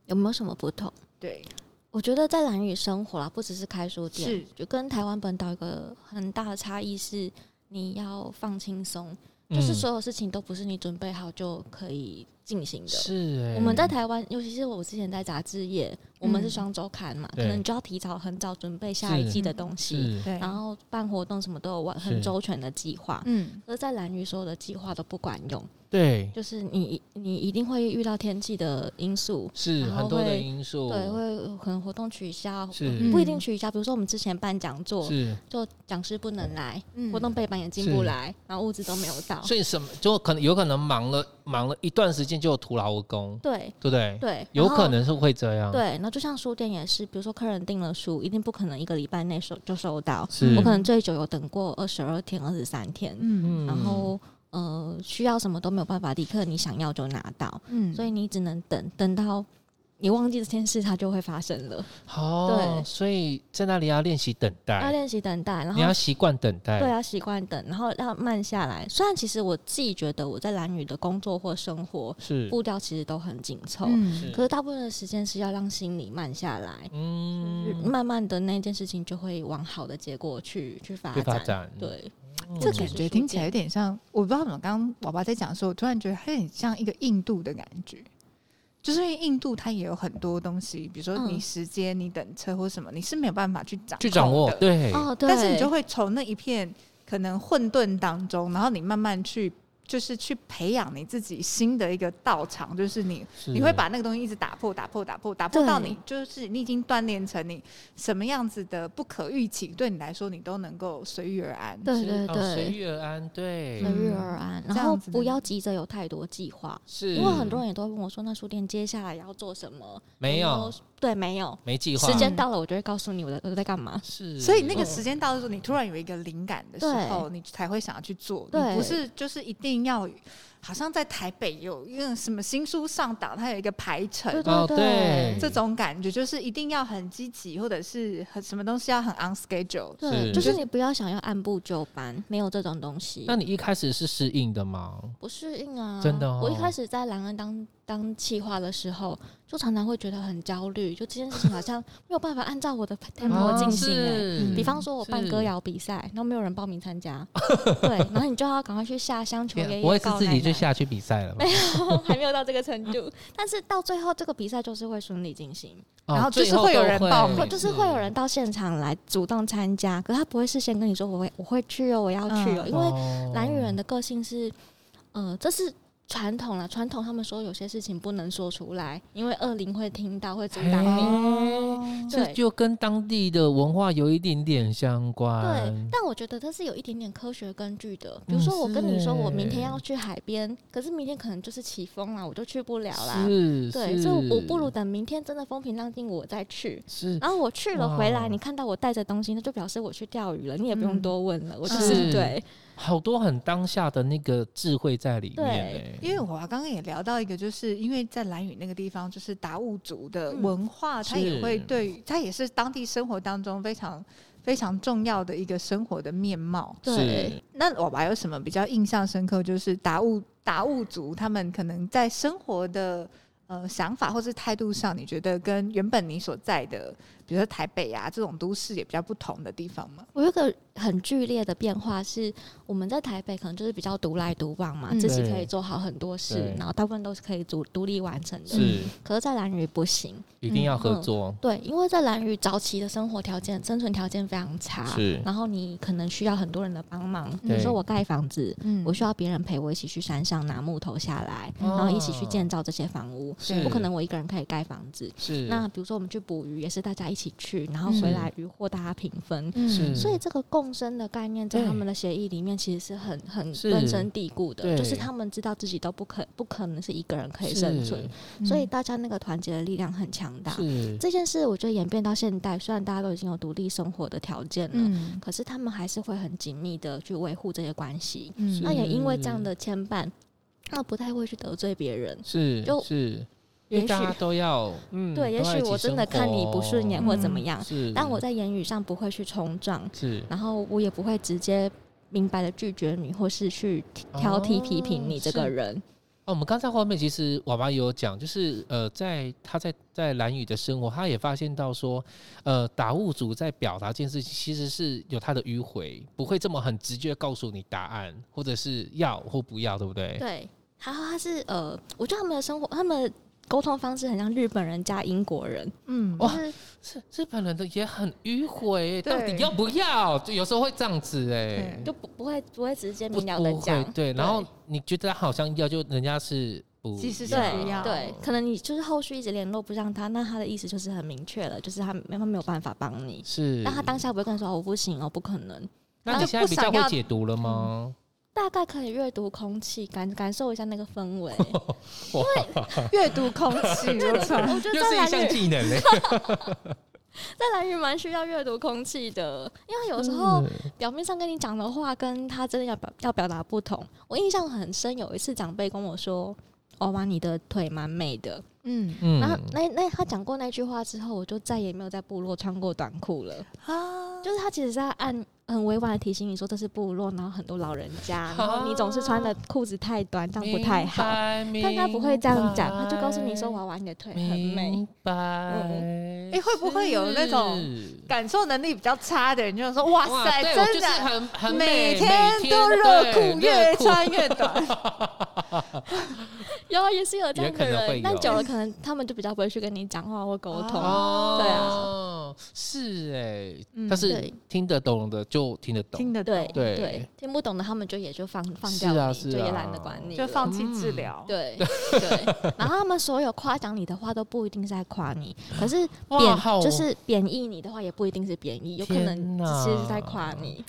有没有什么不同？
对，
我觉得在兰屿生活啦，不只是开书店，
是
就跟台湾本岛有一个很大的差异是，你要放轻松，
嗯
就是所有事情都不是你准备好就可以进行的。
是欸，
我们在台湾，尤其是我之前在杂志业，我们是
嗯
双周刊嘛，可
对
能你就要提早很早准备下
是
一季的东西，
是，
对，
然后办活动什么都有完很
是
周全的计划。
嗯，
而在兰屿，所有的计划都不管用，
对，
就是你你一定会遇到天气的因素，
是
然后
很多的
会
因素，
对，会可能活动取消，
哦是
不一定取消。比如说我们之前办讲座，
是，
就讲师不能来，
嗯
活动背板也进不来，然后物资都没有到。
所以什么就可能有可能忙了忙了一段时间就徒劳无功，
对
对不对？
对，
有
然后
可。能啊是会这样，
对，，然后就像书店也是，比如说客人订了书，一定不可能一个礼拜内收就收到，
是
我可能最久有等过二十二天、二十三天，
嗯
然后呃需要什么都没有办法立刻你想要就拿到，
嗯
所以你只能等，等到你忘记这件事，它就会发生了。
哦，
对
所以在那里要练习等
要
待，
练习等待，然
你
后
要习惯等待，
对，要啊习惯等，然后要慢下来。虽然其实我自己觉得我在蓝宇的工作或生活
是，
步调其实都很紧凑，
嗯
可是大部分的时间是要让心里慢下来，
嗯，
慢慢的那件事情就会往好的结果去去发
去
展。
发展嗯
对，
这
就是
感觉
书
听起来
店
有点像，我不知道怎么。刚刚娃娃在讲的时候，我突然觉得它有点像一个印度的感觉，就是因为印度它也有很多东西，比如说
嗯
你时间、你等车或什么，你是没有办法去掌
去掌握
控，的。
对，
哦，对，
但是你就会从那一片可能混沌当中，然后你慢慢去就是去培养你自己新的一个道场，就是你
是
你会把那个东西一直打破、打破、打破、打破到
对
你就是你已经锻炼成你什么样子的不可预期，对你来说你都能够随遇而安。
对对
是哦随
对，
遇而安，对，
随遇
嗯
而安，
这
然后
样子
不
的
要急着有太多计划，
是，
因为很多人也都会问我说，那书店接下来要做什么？
没
然
有
后，对，没有，
没计划
时，间到了我就会告诉你我在我在干嘛。
是，哦
所以那个
嗯
时间到的时候，你突然有一个灵感的时候，你才会想要去做。你
对
不是就是一定要，好像在台北有一个什么新书上档，它有一个排程，
对
哦
对
对
这种感觉就是一定要很积极，或者是很什么东西要很 on schedule。
对，
是
就是
就
你不要想要按部就班，没有这种东西。
那你一开始是适应的吗？
不适应啊，
真的哦
我一开始在兰恩当当企划的时候，就常常会觉得很焦虑，就这件事情好像没有办法按照我的 tempo 进行、欸。
啊哦是
比方说，我办
是
歌谣比赛，然后没有人报名参 加，对，然后你就要赶快去下乡求爷爷
嗯不会啊是
告
自
奶
己就
奶，
下去比赛 了吧？
还没有到这个程度。但是到最后，这个比赛就是会顺利进行，
哦
然后就是
最
会有
都嗯
人报
或
名
就是会有人到现场来主动参加，可是他不会事先跟你说我会我会去哦，我要去哦，
嗯
因为
哦
蓝雨人的个性是，呃，这是传统啦，传统他们说有些事情不能说出来，因为恶灵会听到，会阻
嗯
挡你。
哎这
对
就跟当地的文化有一点点相
对
关，。
但我觉得这是有一点点科学根据的。比
嗯
如说，我跟你
是
说我明天要去海边，可是明天可能就是起风啦，我就去不了啦。
是，
对，
是
所以我不如等明天真的风平浪静我再去。
是
然后我去
哇
了回来，你看到我带着东西，那就表示我去钓鱼了，你也不用
嗯
多问了。我就是是对，
好多很当下的那个智慧在里面
对
欸。
因为我刚刚也聊到一个，就是因为在兰屿那个地方，就是达悟族的文化，它也会
是
对于，它也是当地生活当中非常非常重要的一个生活的面貌。
对
是
那我还有什么比较印象深刻？就是达悟达悟族他们可能在生活的呃想法或是态度上，你觉得跟原本你所在的，比如说台北啊这种都市也比较不同的地方吗？
我有个很剧烈的变化是，我们在台北可能就是比较独来独往嘛，
嗯
自己
对
可以做好很多事
对，
然后大部分都是可以独独立完成的。
是，
可是，在蓝屿不行，
一定要
嗯
合作，
对，因为在蓝屿早期的生活条件、生存条件非常差，
是
然后你可能需要很多人的帮忙，比如
对
说我盖房子。
嗯
我需要别人陪我一起去山上拿木头下来，嗯然后一起去建造这些房屋。
哦是
不可能我一个人可以盖房子。
是
那比如说我们去捕鱼，也是大家一起去，然后
嗯
回来渔获大家平分。
是，
所以这个共生的概念在
嗯对
他们的协议里面其实是很很
是
根深蒂固
对
的，就是他们知道自己都不可不可能是一个人可以生存，
嗯
所以大家那个团结的力量很强大。
是
这件事我觉得演变到现代，虽然大家都已经有独立生活的条件了，
嗯
可是他们还是会很紧密的去维护这些关系。
嗯
那也因为这
是
样的牵绊，那不太会去得罪别人。
是，
就是
因
也
为大
许
家都要嗯，
对，也
都要
许
一起
我真的
生活哦
看你不顺眼或怎么样，
是，
但我在言语上不会去冲撞，
是
然后我也不会直接明白的拒绝你，或是去挑剔
哦
批评你这
是
个人。
哦，我们刚才后面其实娃娃也有讲，就是呃，在他在在蓝宇的生活，他也发现到说，呃，打物主在表达这件事情其实是有他的迂回，不会这么很直接告诉你答案，或者是要或不要，对不对？
对，然后他是呃，我觉得他们的生活，他们的沟通方式很像日本人加英国人，
嗯
哇
就是
是日本人的也很迂回，欸到底
对
要不要？就有时候会这样子哎
对，
就不不会不会直接
不
明了的
不会
讲。
对，然后你觉得他好像要，就人家是不
其实是
要
不要
对，可能你就是后续一直联络不上他，那他的意思就是很明确了，就是他没他没有办法帮你，
是，
但他当下不会跟你说哦我不行哦不可能，
那
就
你现在
不
比较
想
会
要
解读了吗？
大概可以阅读空气，感感受一下那个 氛围。嗯
阅读空气，我操
我觉得
又
在
是一
蓝
项
屿，
技 能欸嘞。
在蓝屿蛮需要阅读空气的，因为有时
嗯
候表面上跟你讲的话，跟他真的要表要表达不同。我印象很深，有一次长辈跟我说：“哦哇，你的腿蛮美的。
嗯
嗯
然后那那他讲过那句话之后，我就再也没有在部落穿过短 裤了。
啊，
就是他其实在按很委婉的提醒你说这是部落，然后很多老人 家，然后你总是穿的裤子太短，这样不太好。
明白
但他不会这样讲，他就告诉你说：“娃娃，你的腿很美。嗯
明白。哎
诶会不会有那种感受能力比较差的人就说：“哇塞，
对我
真
就是
的
很很
每
美
天都热
对
裤越
热裤
穿越短。”
有啊，也是有这
也
样的
可能会
人，
有
但久了可能他们就比较不会去跟你讲话或沟通。
哦，
对
啊，是哎、
嗯
但是
对
听得懂的就听得懂，
听 得
对
懂，
对
听不懂的他们就也就放放
是
掉你，
啊是
就也
啊
懒得管你
就
了，
放弃治疗。
对对，然后他们所有夸奖你的话都不一定是在夸 你，可是
哇
贬
好哦
就是贬义你的话也不一定是贬义，有可
天
能
哪
只是在夸你。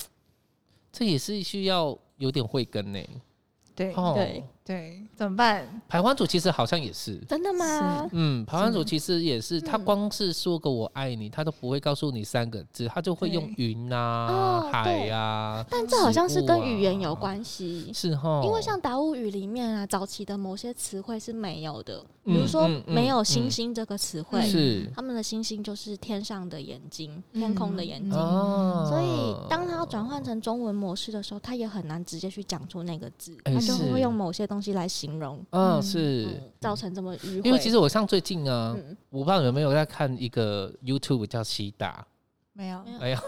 这也是需要有点慧根呢、
对
哦，
对
对，怎么办？
排湾组其实好像也是。
真的吗？
嗯，排湾组其实也是，他
嗯
光是说个我爱你，他都不会告诉你三个字，他就会用云啊
哦、
海
对
啊，
但这好像是跟
食物啊
语言有关系。
是哦哈。
因为像达悟语里面啊，早期的某些词汇是没有的，
嗯
比如说
嗯嗯
没有
嗯
星星这个词汇，
是
他们的星星就是天上的眼睛，
嗯
天空的眼睛。
哦，
嗯所以，当它转换成中文模式的时候，它也很难直接去讲出那个字，
哎
它就是会用某些东西来形容，
嗯是，
嗯造成这么迂回。
因为其实我像最近啊，
嗯，
我不知道你们有没有在看一个 YouTube 叫西达，
没有
没有
哎呀，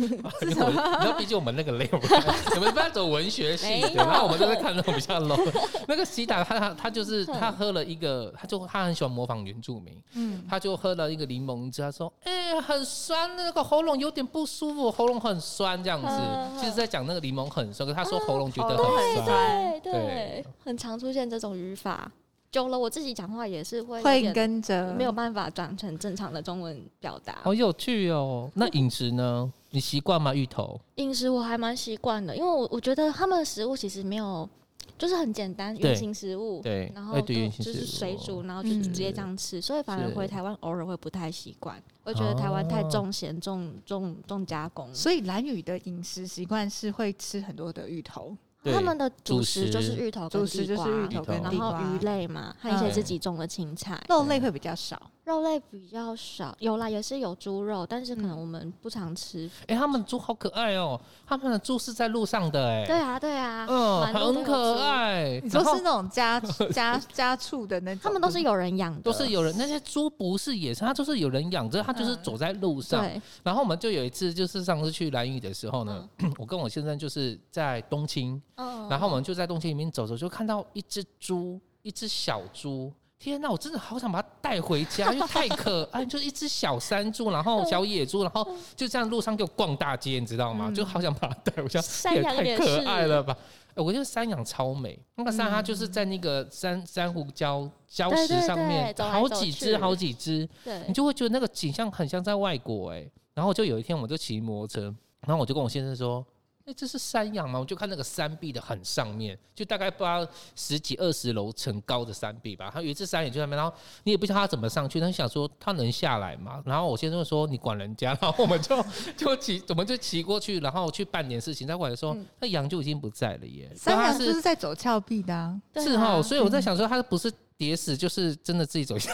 因为我 你知道，毕竟我们那个 level，我们班走文学系的，
没有
然后我们都在看那种比较 low。那 个西达他他他就是
嗯
他喝了一个，他就他很喜欢模仿原住民，
嗯，
他就喝了一个柠檬汁，他说：“哎、很酸，那个喉咙有点不舒服，喉咙很酸这样子。
嗯”
其实在讲那个柠檬很酸，可是他说喉咙觉得
喉咙
很
很
酸。对
对对，很常出现这种语法。久了，我自己讲话也是会有
会
点
跟着
没有办法转成正常的中文表达。
好有趣哦！那饮食呢？你习惯吗？芋头
饮食我还蛮习惯的，因为我我觉得他们的食物其实没有，就是很简单，
对
原形食物，
对
然
哎
后
对
就
原形
就
食
是水
物
煮，然后就是直接
是
嗯
这样吃，所以反而
是哦
回台湾偶尔会不太习惯，会觉得台湾太重咸、重重重加工。
所以蓝宇的饮食习惯是会吃很多的芋头，
对
他们的主
主
食就
食
是芋头哦跟
主
地
食就是
瓜，
芋头跟
然
然
地
后
瓜，
鱼类嘛，和一些
嗯
自己种的青菜，
肉类会比较少。
肉类比较少，有啦也是有猪肉，但是可
嗯
能我们不常吃。
哎、他们的猪好可爱哦！他们的猪是在路上的哎、
对啊，对啊，
嗯，
满路都
很
有
可
猪。
爱。
你说
然后
是那种家家家畜的那种，
他们都是有人养的，
都是有人，那些猪不是野生，它就是有人养着，它就是走在路上。
对，
然后我们就有一次，就是上次去蓝屿的时候呢， 我跟我先生就是在东青，
嗯
然后我们就在东青里面走走，就看到一只猪，一只小猪。天呐，我真的好想把它带回家，因为太可爱，就一只小山猪，然后小野猪，然后就这样路上给我逛大街，你知道
嗯
吗？就好想把它带回家，
山
也
羊
太
也
可
是
爱了吧！哎我觉得山羊超美，那个山它就是在那个珊珊瑚礁礁
嗯对
石
对
上
对
面，
走来
好
走
几只，
去
好几只，
对
你，就会觉得那个景象很像在外国哎、然后就有一天，我就骑摩托车，然后我就跟我先生说：“哎、这是山羊吗？”我就看那个山壁的很上面，就大概不知道十几二十楼层高的山壁吧。它有一只山也就在那边，然后你也不知道它怎么上去，他想说它能下来吗？然后我先生就说：“你管人家。”然后我们就 就骑，我们就骑过去，然后去办点事情。再回来说，那羊就已经不在了耶。
嗯山
对它
羊
是
就是在走峭壁的、啊，
对
是
啊
哈，所以我在想说，它不是跌死，就是真的自己走下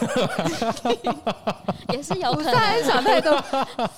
也是有
不
可
是很
能。
想太多。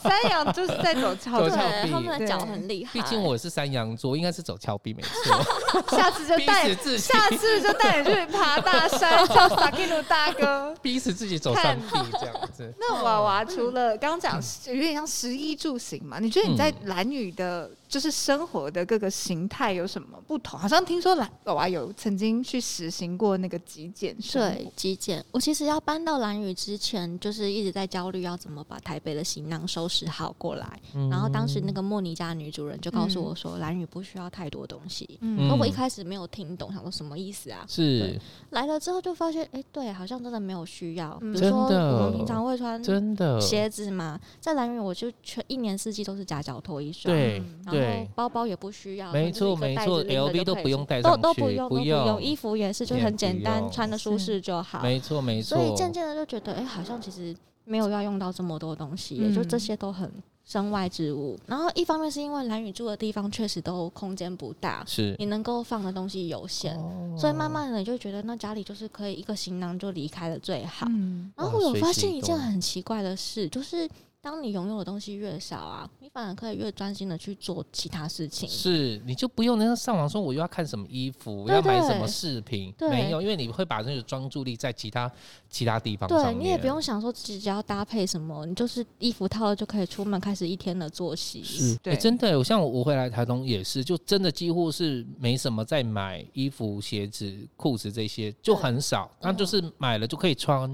山羊就是在走峭
走峭
壁，
对，他们的脚很厉害。
毕竟我是山羊座，应该是走峭壁没错。
下次就
逼
带
死，自己，
下次就带你去爬大山，叫萨克鲁大哥。
逼死自己走上 壁这样子。
那娃娃
嗯
除了刚刚讲有点像食衣住行嘛，你觉得你在
嗯
蓝屿的，就是生活的各个形态有什么不同？好像听说蓝娃娃有曾经去实行过那个极简生活
对，极简。我其实要搬到兰屿之前，就是一直在焦虑要怎么把台北的行囊收拾好过来。
嗯
然后当时那个莫妮家的女主人就告诉我说，兰屿不需要太多东西。
嗯
嗯，我一
嗯
开始没有听懂，想说什么意思啊？
是
来了之后就发现，哎、对，好像真的没有需要。比
嗯
如说，
真的
我们平常会穿
真的，
鞋子嘛，在兰屿我就全一年四季都是夹脚拖一双。
对
然
对
嗯后，包包也不需要，
没错
就是
没
一个袋子
错
拎着就
，LV 都
可以
不用带上
都
去，
都不用，都
不
不用，衣服也是，就是很简
也不
单，
用
穿的舒适就好。
没错没错
所，以渐渐的就觉得，哎、好像其实没有要用到这么多东西，也就
嗯
这些都很身外之物。然后一方面是因为蓝宇住的地方确实都空间不大，
是哦
你能够放的东西有限，所以慢慢的你就觉得，那家里就是可以一个行囊就离开了最好。
嗯，
然后我
哇
有
随
发
性
现一件
动
很奇怪的事，就是当你拥有的东西越少啊，你反而可以越专心的去做其他事情。
是你就不用那样上网说我又要看什么衣服，
对
要买什
对
么饰品，
对
没有，因为你会把那个专注力在其他其他地方上
对
面。
你也不用想说只只要搭配什么，你就是衣服套了就可以出门开始一天的作息。
是，
对
欸真的，我像我回来台东也是，就真的几乎是没什么在买衣服、鞋子、裤子这些，
嗯
就很少。那就是买了就可以穿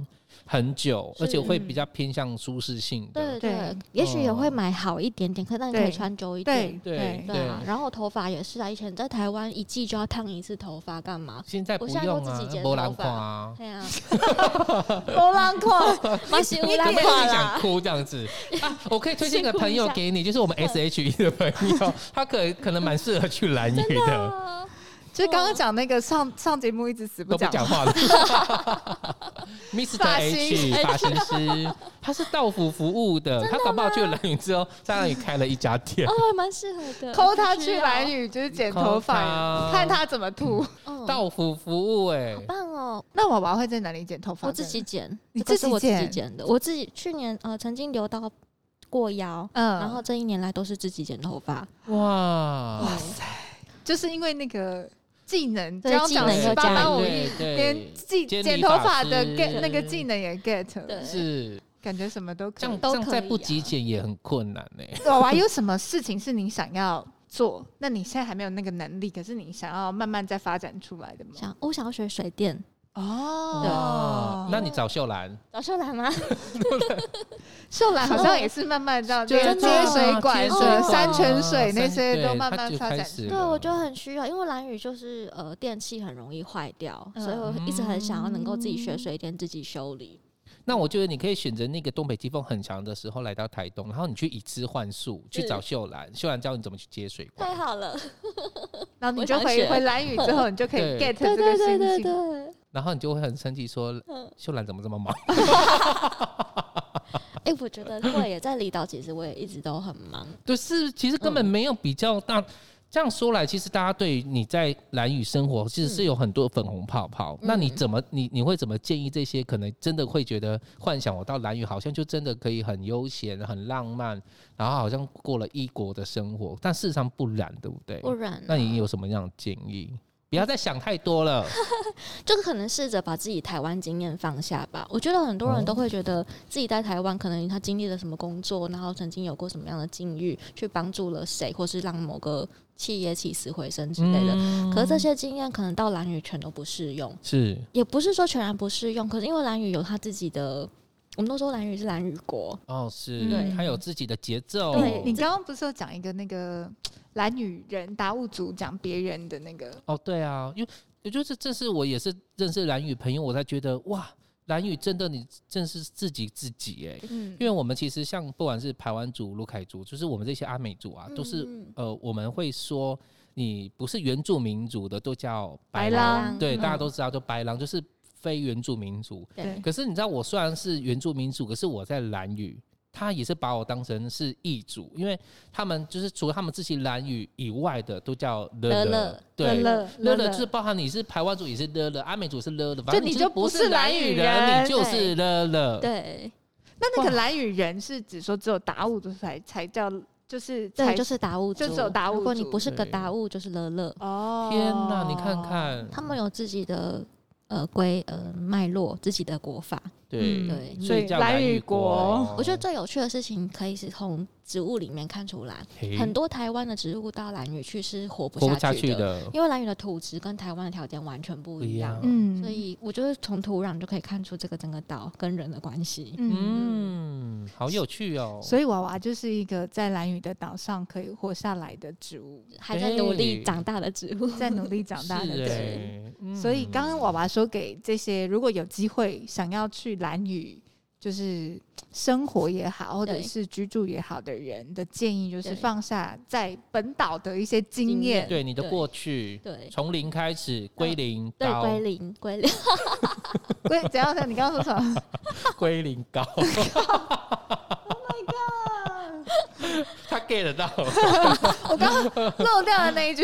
很久，
是
而且会比较偏向舒适性的。
对对
对，
也许也会
哦
买好一点点，可但你可以
对
穿久一
对
点。
对
对啊，然后头发也是啊，以前在台湾一季就要烫一次头发，干嘛？
现在
我
不
现在都
用
自己
啊
剪，
波
头
兰
发
款 啊。
对 啊，
波浪裤，
马西乌拉
你会不会
垮
想
啦。
哭这样子啊！我可以推荐一个
辛苦一
朋友
下嗯
给你，就是 我们 S H E 的朋友，他可可能蛮适合去蓝屿的，
啊
就刚刚讲那个上上节目一直死
都不
讲
讲
话，
话了。Mr.
发型
H 发型师，他是道府服务的，他搞不好去了蓝屿之后，在那里开了一家店。
哦，蛮适合 的。
抠他
我需
去
要
蓝，雨就是剪头
抠
发
他，
看他怎么吐。
嗯，
道府服务，哎，
棒哦！
那娃娃会在哪里剪头发？
我自，己剪，
你
这个
自
是
己
我自己
剪
剪的。我自己去年呃曾经留到过腰，
嗯
然后这一年来都是自己剪头发。
哇，
就是因为那个技能，
对
刚刚
技
讲
能
十
又
八
加
般
一
武
对
艺，
对
连技
监理
剪头发的
法师
get 那个技能也 get 了，
对，
是
感觉什么都可
这
以
样，。
都
这样
可
再
以
不
啊
极简也很困难哎。
娃娃有什么事情是你想要做，那你现在还没有那个能力，可是你想要慢慢再发展出来的吗？
想我想要学水电，
哦，
啊那你找秀兰，
找秀兰吗？
秀兰好像也是慢慢到
对
啊连
真的
接水管、
接
什
水管
么山泉水
啊
那些
对
都慢
它
慢
就
发
开
展。
始
对，
了
我觉得很需要，因为蓝宇就是呃电器很容易坏掉，所
嗯
以我一直很想要能够自己学水电，自己修理。
那我觉得你可以选择那个东北季风很强的时候来到台东，然后你去以资换宿，去找秀兰，秀兰教你怎么去接水
太
管。
好了，
然后你
我
就
想
回
学
回蓝雨之后，你就 可以
对
get 这个心情。
对。
然后你就会很生气说
嗯：“
秀兰怎么这么忙
哎、我觉得会也在离岛，其实我也一直都很忙。？”
就是其实
嗯
根本没有比较大。这样说来，其实大家对于你在蓝屿生活，其实
嗯
是有很多粉红泡泡。那你怎么你你会怎么建议这些可能真的会觉得幻想我到蓝屿好像就真的可以很悠闲、很浪漫，然后好像过了异国的生活，但事实上不然，对不对？
不然啊、
那你有什么样的建议？不要再想太多了。
就可能试着把自己台湾经验放下吧。我觉得很多人
哦
都会觉得自己在台湾，可能他经历了什么工作，然后曾经有过什么样的境遇，去帮助了谁，或是让某个企业起死回生 之类的。
嗯
可是这些经验可能到蓝屿全都不适用，
是
也不是说全然不适用。可是因为蓝屿有他自己的，我们都说蓝屿是蓝屿国，
哦，是，
对
他有自己的节奏。
你你
对
刚刚不是有讲一个那个蓝雨人达悟族讲别人的那个？
哦，对啊，因为也就是这是我也是认识蓝宇朋友，我才觉得哇，蓝宇真的你正是自己自己哎。
嗯
因为我们其实像不管是排湾族、卢凯族，就是我们这些阿美族啊，都是
嗯
呃，我们会说你不是原住民族的都叫
白
白狼，
狼
对，
嗯
大家都知道，就白狼就是非原住民族。
嗯对
可是你知道，我虽然是原住民族，可是我在兰屿，他也是把我当成是异族，因为他们就是除了他们自己兰屿以外的，都叫乐
勒勒
对。
乐
乐乐就是包含你是排湾族也是乐乐，阿美族是乐乐，反
就
正
你
就
就是
不
不
是
是
兰
兰
屿
屿
人，
人
你就是乐乐。
对
那那个蓝雨人是指说只有达悟族才才叫，就是才
对，就是达悟族，
就只有达悟族
如果你不是个
对
达悟，就是勒勒。
哦。
天哪，你看，看，
他们有自己的呃规呃脉络，自己的国法。
对
嗯
对
所以叫
蓝
蓝
屿
屿国
国。
我觉得最有趣的事情，可以是从植物里面看出来。
嘿
很多台湾的植物到兰屿去是活不
嗯活不下
下
去
的，
的，
因为兰屿的土质跟台湾的条件完全不一样
不一。样
嗯
所以我觉得从土壤就可以看出这个整个岛跟人的关系。
嗯。
嗯，好有趣哦。
所以娃娃就是一个在蓝雨的岛上可以活下来的植物，
还在努力
对
长大的植物，
在努力长大的
是
植物。
欸嗯
所以刚刚娃娃说给这些如果有机会想要去蓝屿，就是生活也好，或者
对
是居住也好的人的建议，就是
对
放下在本岛的一些经
经
验
验。
对你的
对
过去，
对嗯
从零开始归零
对
高，
归零归零，
对，怎样？你刚刚说什 么？
归零 高。Oh my god！他 get 得到，
啊
我刚刚漏掉了那一句。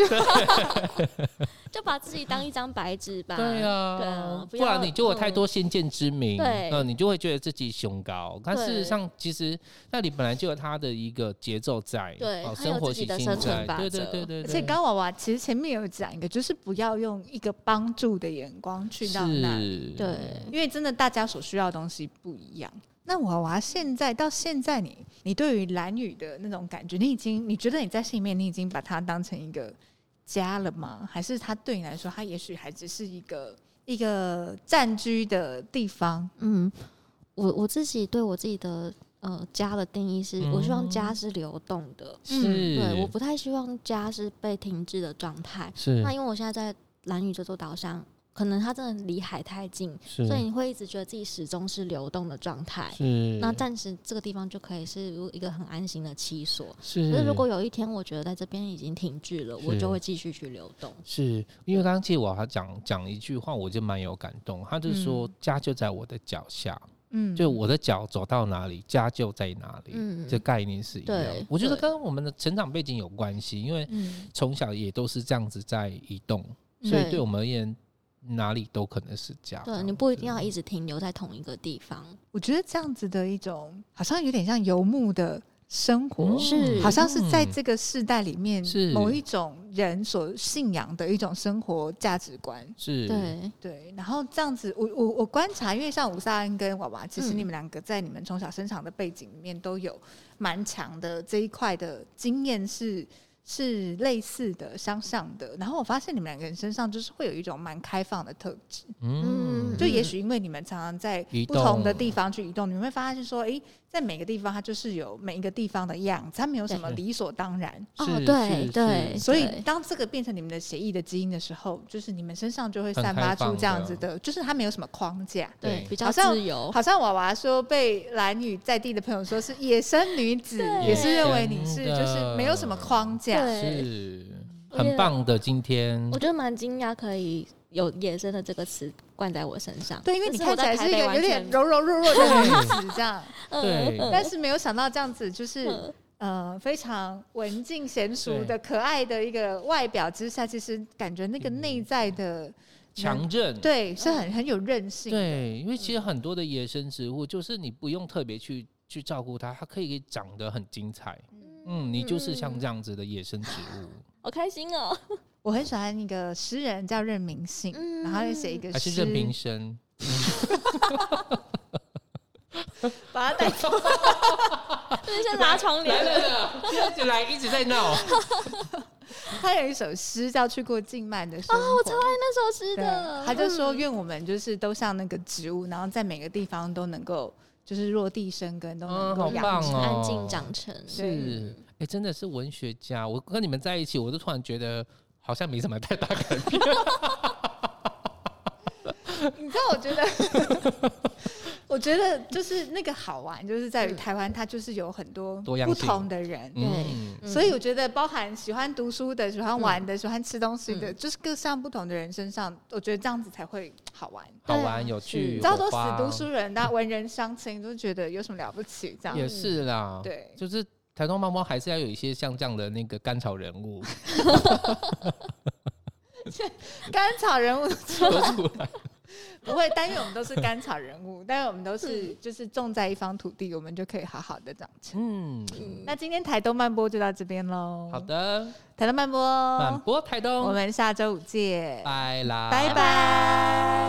就把自己当一张白纸吧。
对
对
啊
啊，
不
要
然你就有太多先见之明，
对
嗯，你就会觉得自己胸高。但
对
事实上，其实那里本来就有他的一个节奏在，
对
哦
它有
生活
自己
习
的
性
生存
在，
法
对对
则
对对
而
对。
且刚娃娃其实前面有讲一个，就是不要用一个帮助的眼光去到那里，
是，
对，
因为真的大家所需要的东西不一样。那娃娃现在到现在你，你对于蓝雨的那种感觉，你已经你觉得你在心里面你已经把它当成一个家了吗？还是它对你来说，它也许还只是一个一个暂居的地方？
嗯，我我自己对我自己的呃家的定义是，我希望家
嗯
是流动的，
是，
嗯对，我不太希望家是被停滞的状态。
是
那因为我现在在蓝屿这座岛上，可能它真的离海太近，
是
所以你会一直觉得自己始终是流动的状态。
是
那暂时这个地方就可以是一个很安心的栖所。
是
可是如果有一天我觉得在这边已经停滞了，我
是
就会继续去流动。
是因为刚刚其实我还讲讲一句话，我就蛮有感动。他就说：“
嗯
家就在我的脚下，
嗯，
就我的脚走到哪里，家就在哪里。”
嗯，
这概念是一样
对。
我觉得
对
跟我们的成长背景有关系，因为
嗯
从小也都是这样子在移动，
嗯
所以
对
对我们而言，哪里都可能是家。
对你不一定要一直停留在同一个地方，
我觉得这样子的一种，好像有点像游牧的生活，
嗯
是
好像是在
嗯
这个世代里面
是
某一种人所信仰的一种生活价值观。
是，
对，
对，然后这样子，我我我观察，因为像吴萨恩跟娃娃，其实
嗯
你们两个在你们从小生长的背景里面都有蛮强的这一块的经验是。是类似的、相像的，然后我发现你们两个人身上就是会有一种蛮开放的特质，
嗯，
就也许因为你们常常在
移
不同的
动
地方去移动，你们会发现说，诶，在每个地方它就是有每一个地方的样子，它没有什么
对
理所当然。
哦
是
对
是
对
是
所以当这个变成你们的协议的基因的时候，就是你们身上就会
很
散
开
发出
放
这样
的
子的，就是它没有什么框架。
对
对，比较
好像
自由，
好像娃娃说被蓝女在地的朋友说是野生女子，也是认为你是
真的
就是没有什么框架。
对，
是
我觉
很
得
棒的今天
我。觉得蛮惊讶，可以有“野生”的这个词灌在我身上。
对，因为
这
你
是
看
我
起
在
来
台
是一
北
个
完
有点
全
柔柔弱弱的女子 这样，
嗯
对
嗯
但是没有想到这样子就是
嗯
呃非常文静娴熟
对
的可爱的一个外表之下，其实感觉那个内在的
强韧，
对是很很有韧性的。
嗯对，因为其实很多的野生植物，就是你不用特别去去照顾它，它可以长得很精彩。嗯，你就是像这样子的野生植物，
好开心 哦！
我很喜欢一个诗人叫任明信，
嗯
然后他写一个
还是
诗
任，明生？
把他带走。
对，先拉窗
来
帘，哎
了 了，一直来，一直在闹。
他有一首诗叫《去过静慢的生活》，
啊我超爱那首诗
对
的。
他就说，
嗯
愿我们就是都像那个植物，然后在每个地方都能够就是落地生根，都能
嗯，
够
好
养
棒
成。
哦，
安静长成，
是，哎、真的是文学家。我跟你们在一起，我都突然觉得好像没什么太大改变。
你知道，我觉得， 我觉得就是那个好玩，就是在于台湾，它就是有很多
嗯多样
不
性
同的人。
嗯，
嗯
所以我觉得，包含喜欢读书的、喜欢玩的、喜欢吃东西
嗯
的，就是各项不同的人身上，我觉得这样子才会好玩。
好
对啊
玩有趣，
是
你知道，都
火
死
花嗯
读书人，大家文人相亲，都觉得有什么了不起？这样
也是啦。，
对，
就是台东猫猫还是要有一些像这样的那个甘草人物
甘草人物
都出来。
不会，但愿我们都是甘草人物，但愿我们都 是嗯就是种在一方土地，我们就可以好好的长成。
嗯，
那今天台东漫播就到这边喽。
好，的，
台东漫播，
满播台
我
东，
们下周五见，
拜啦，
拜拜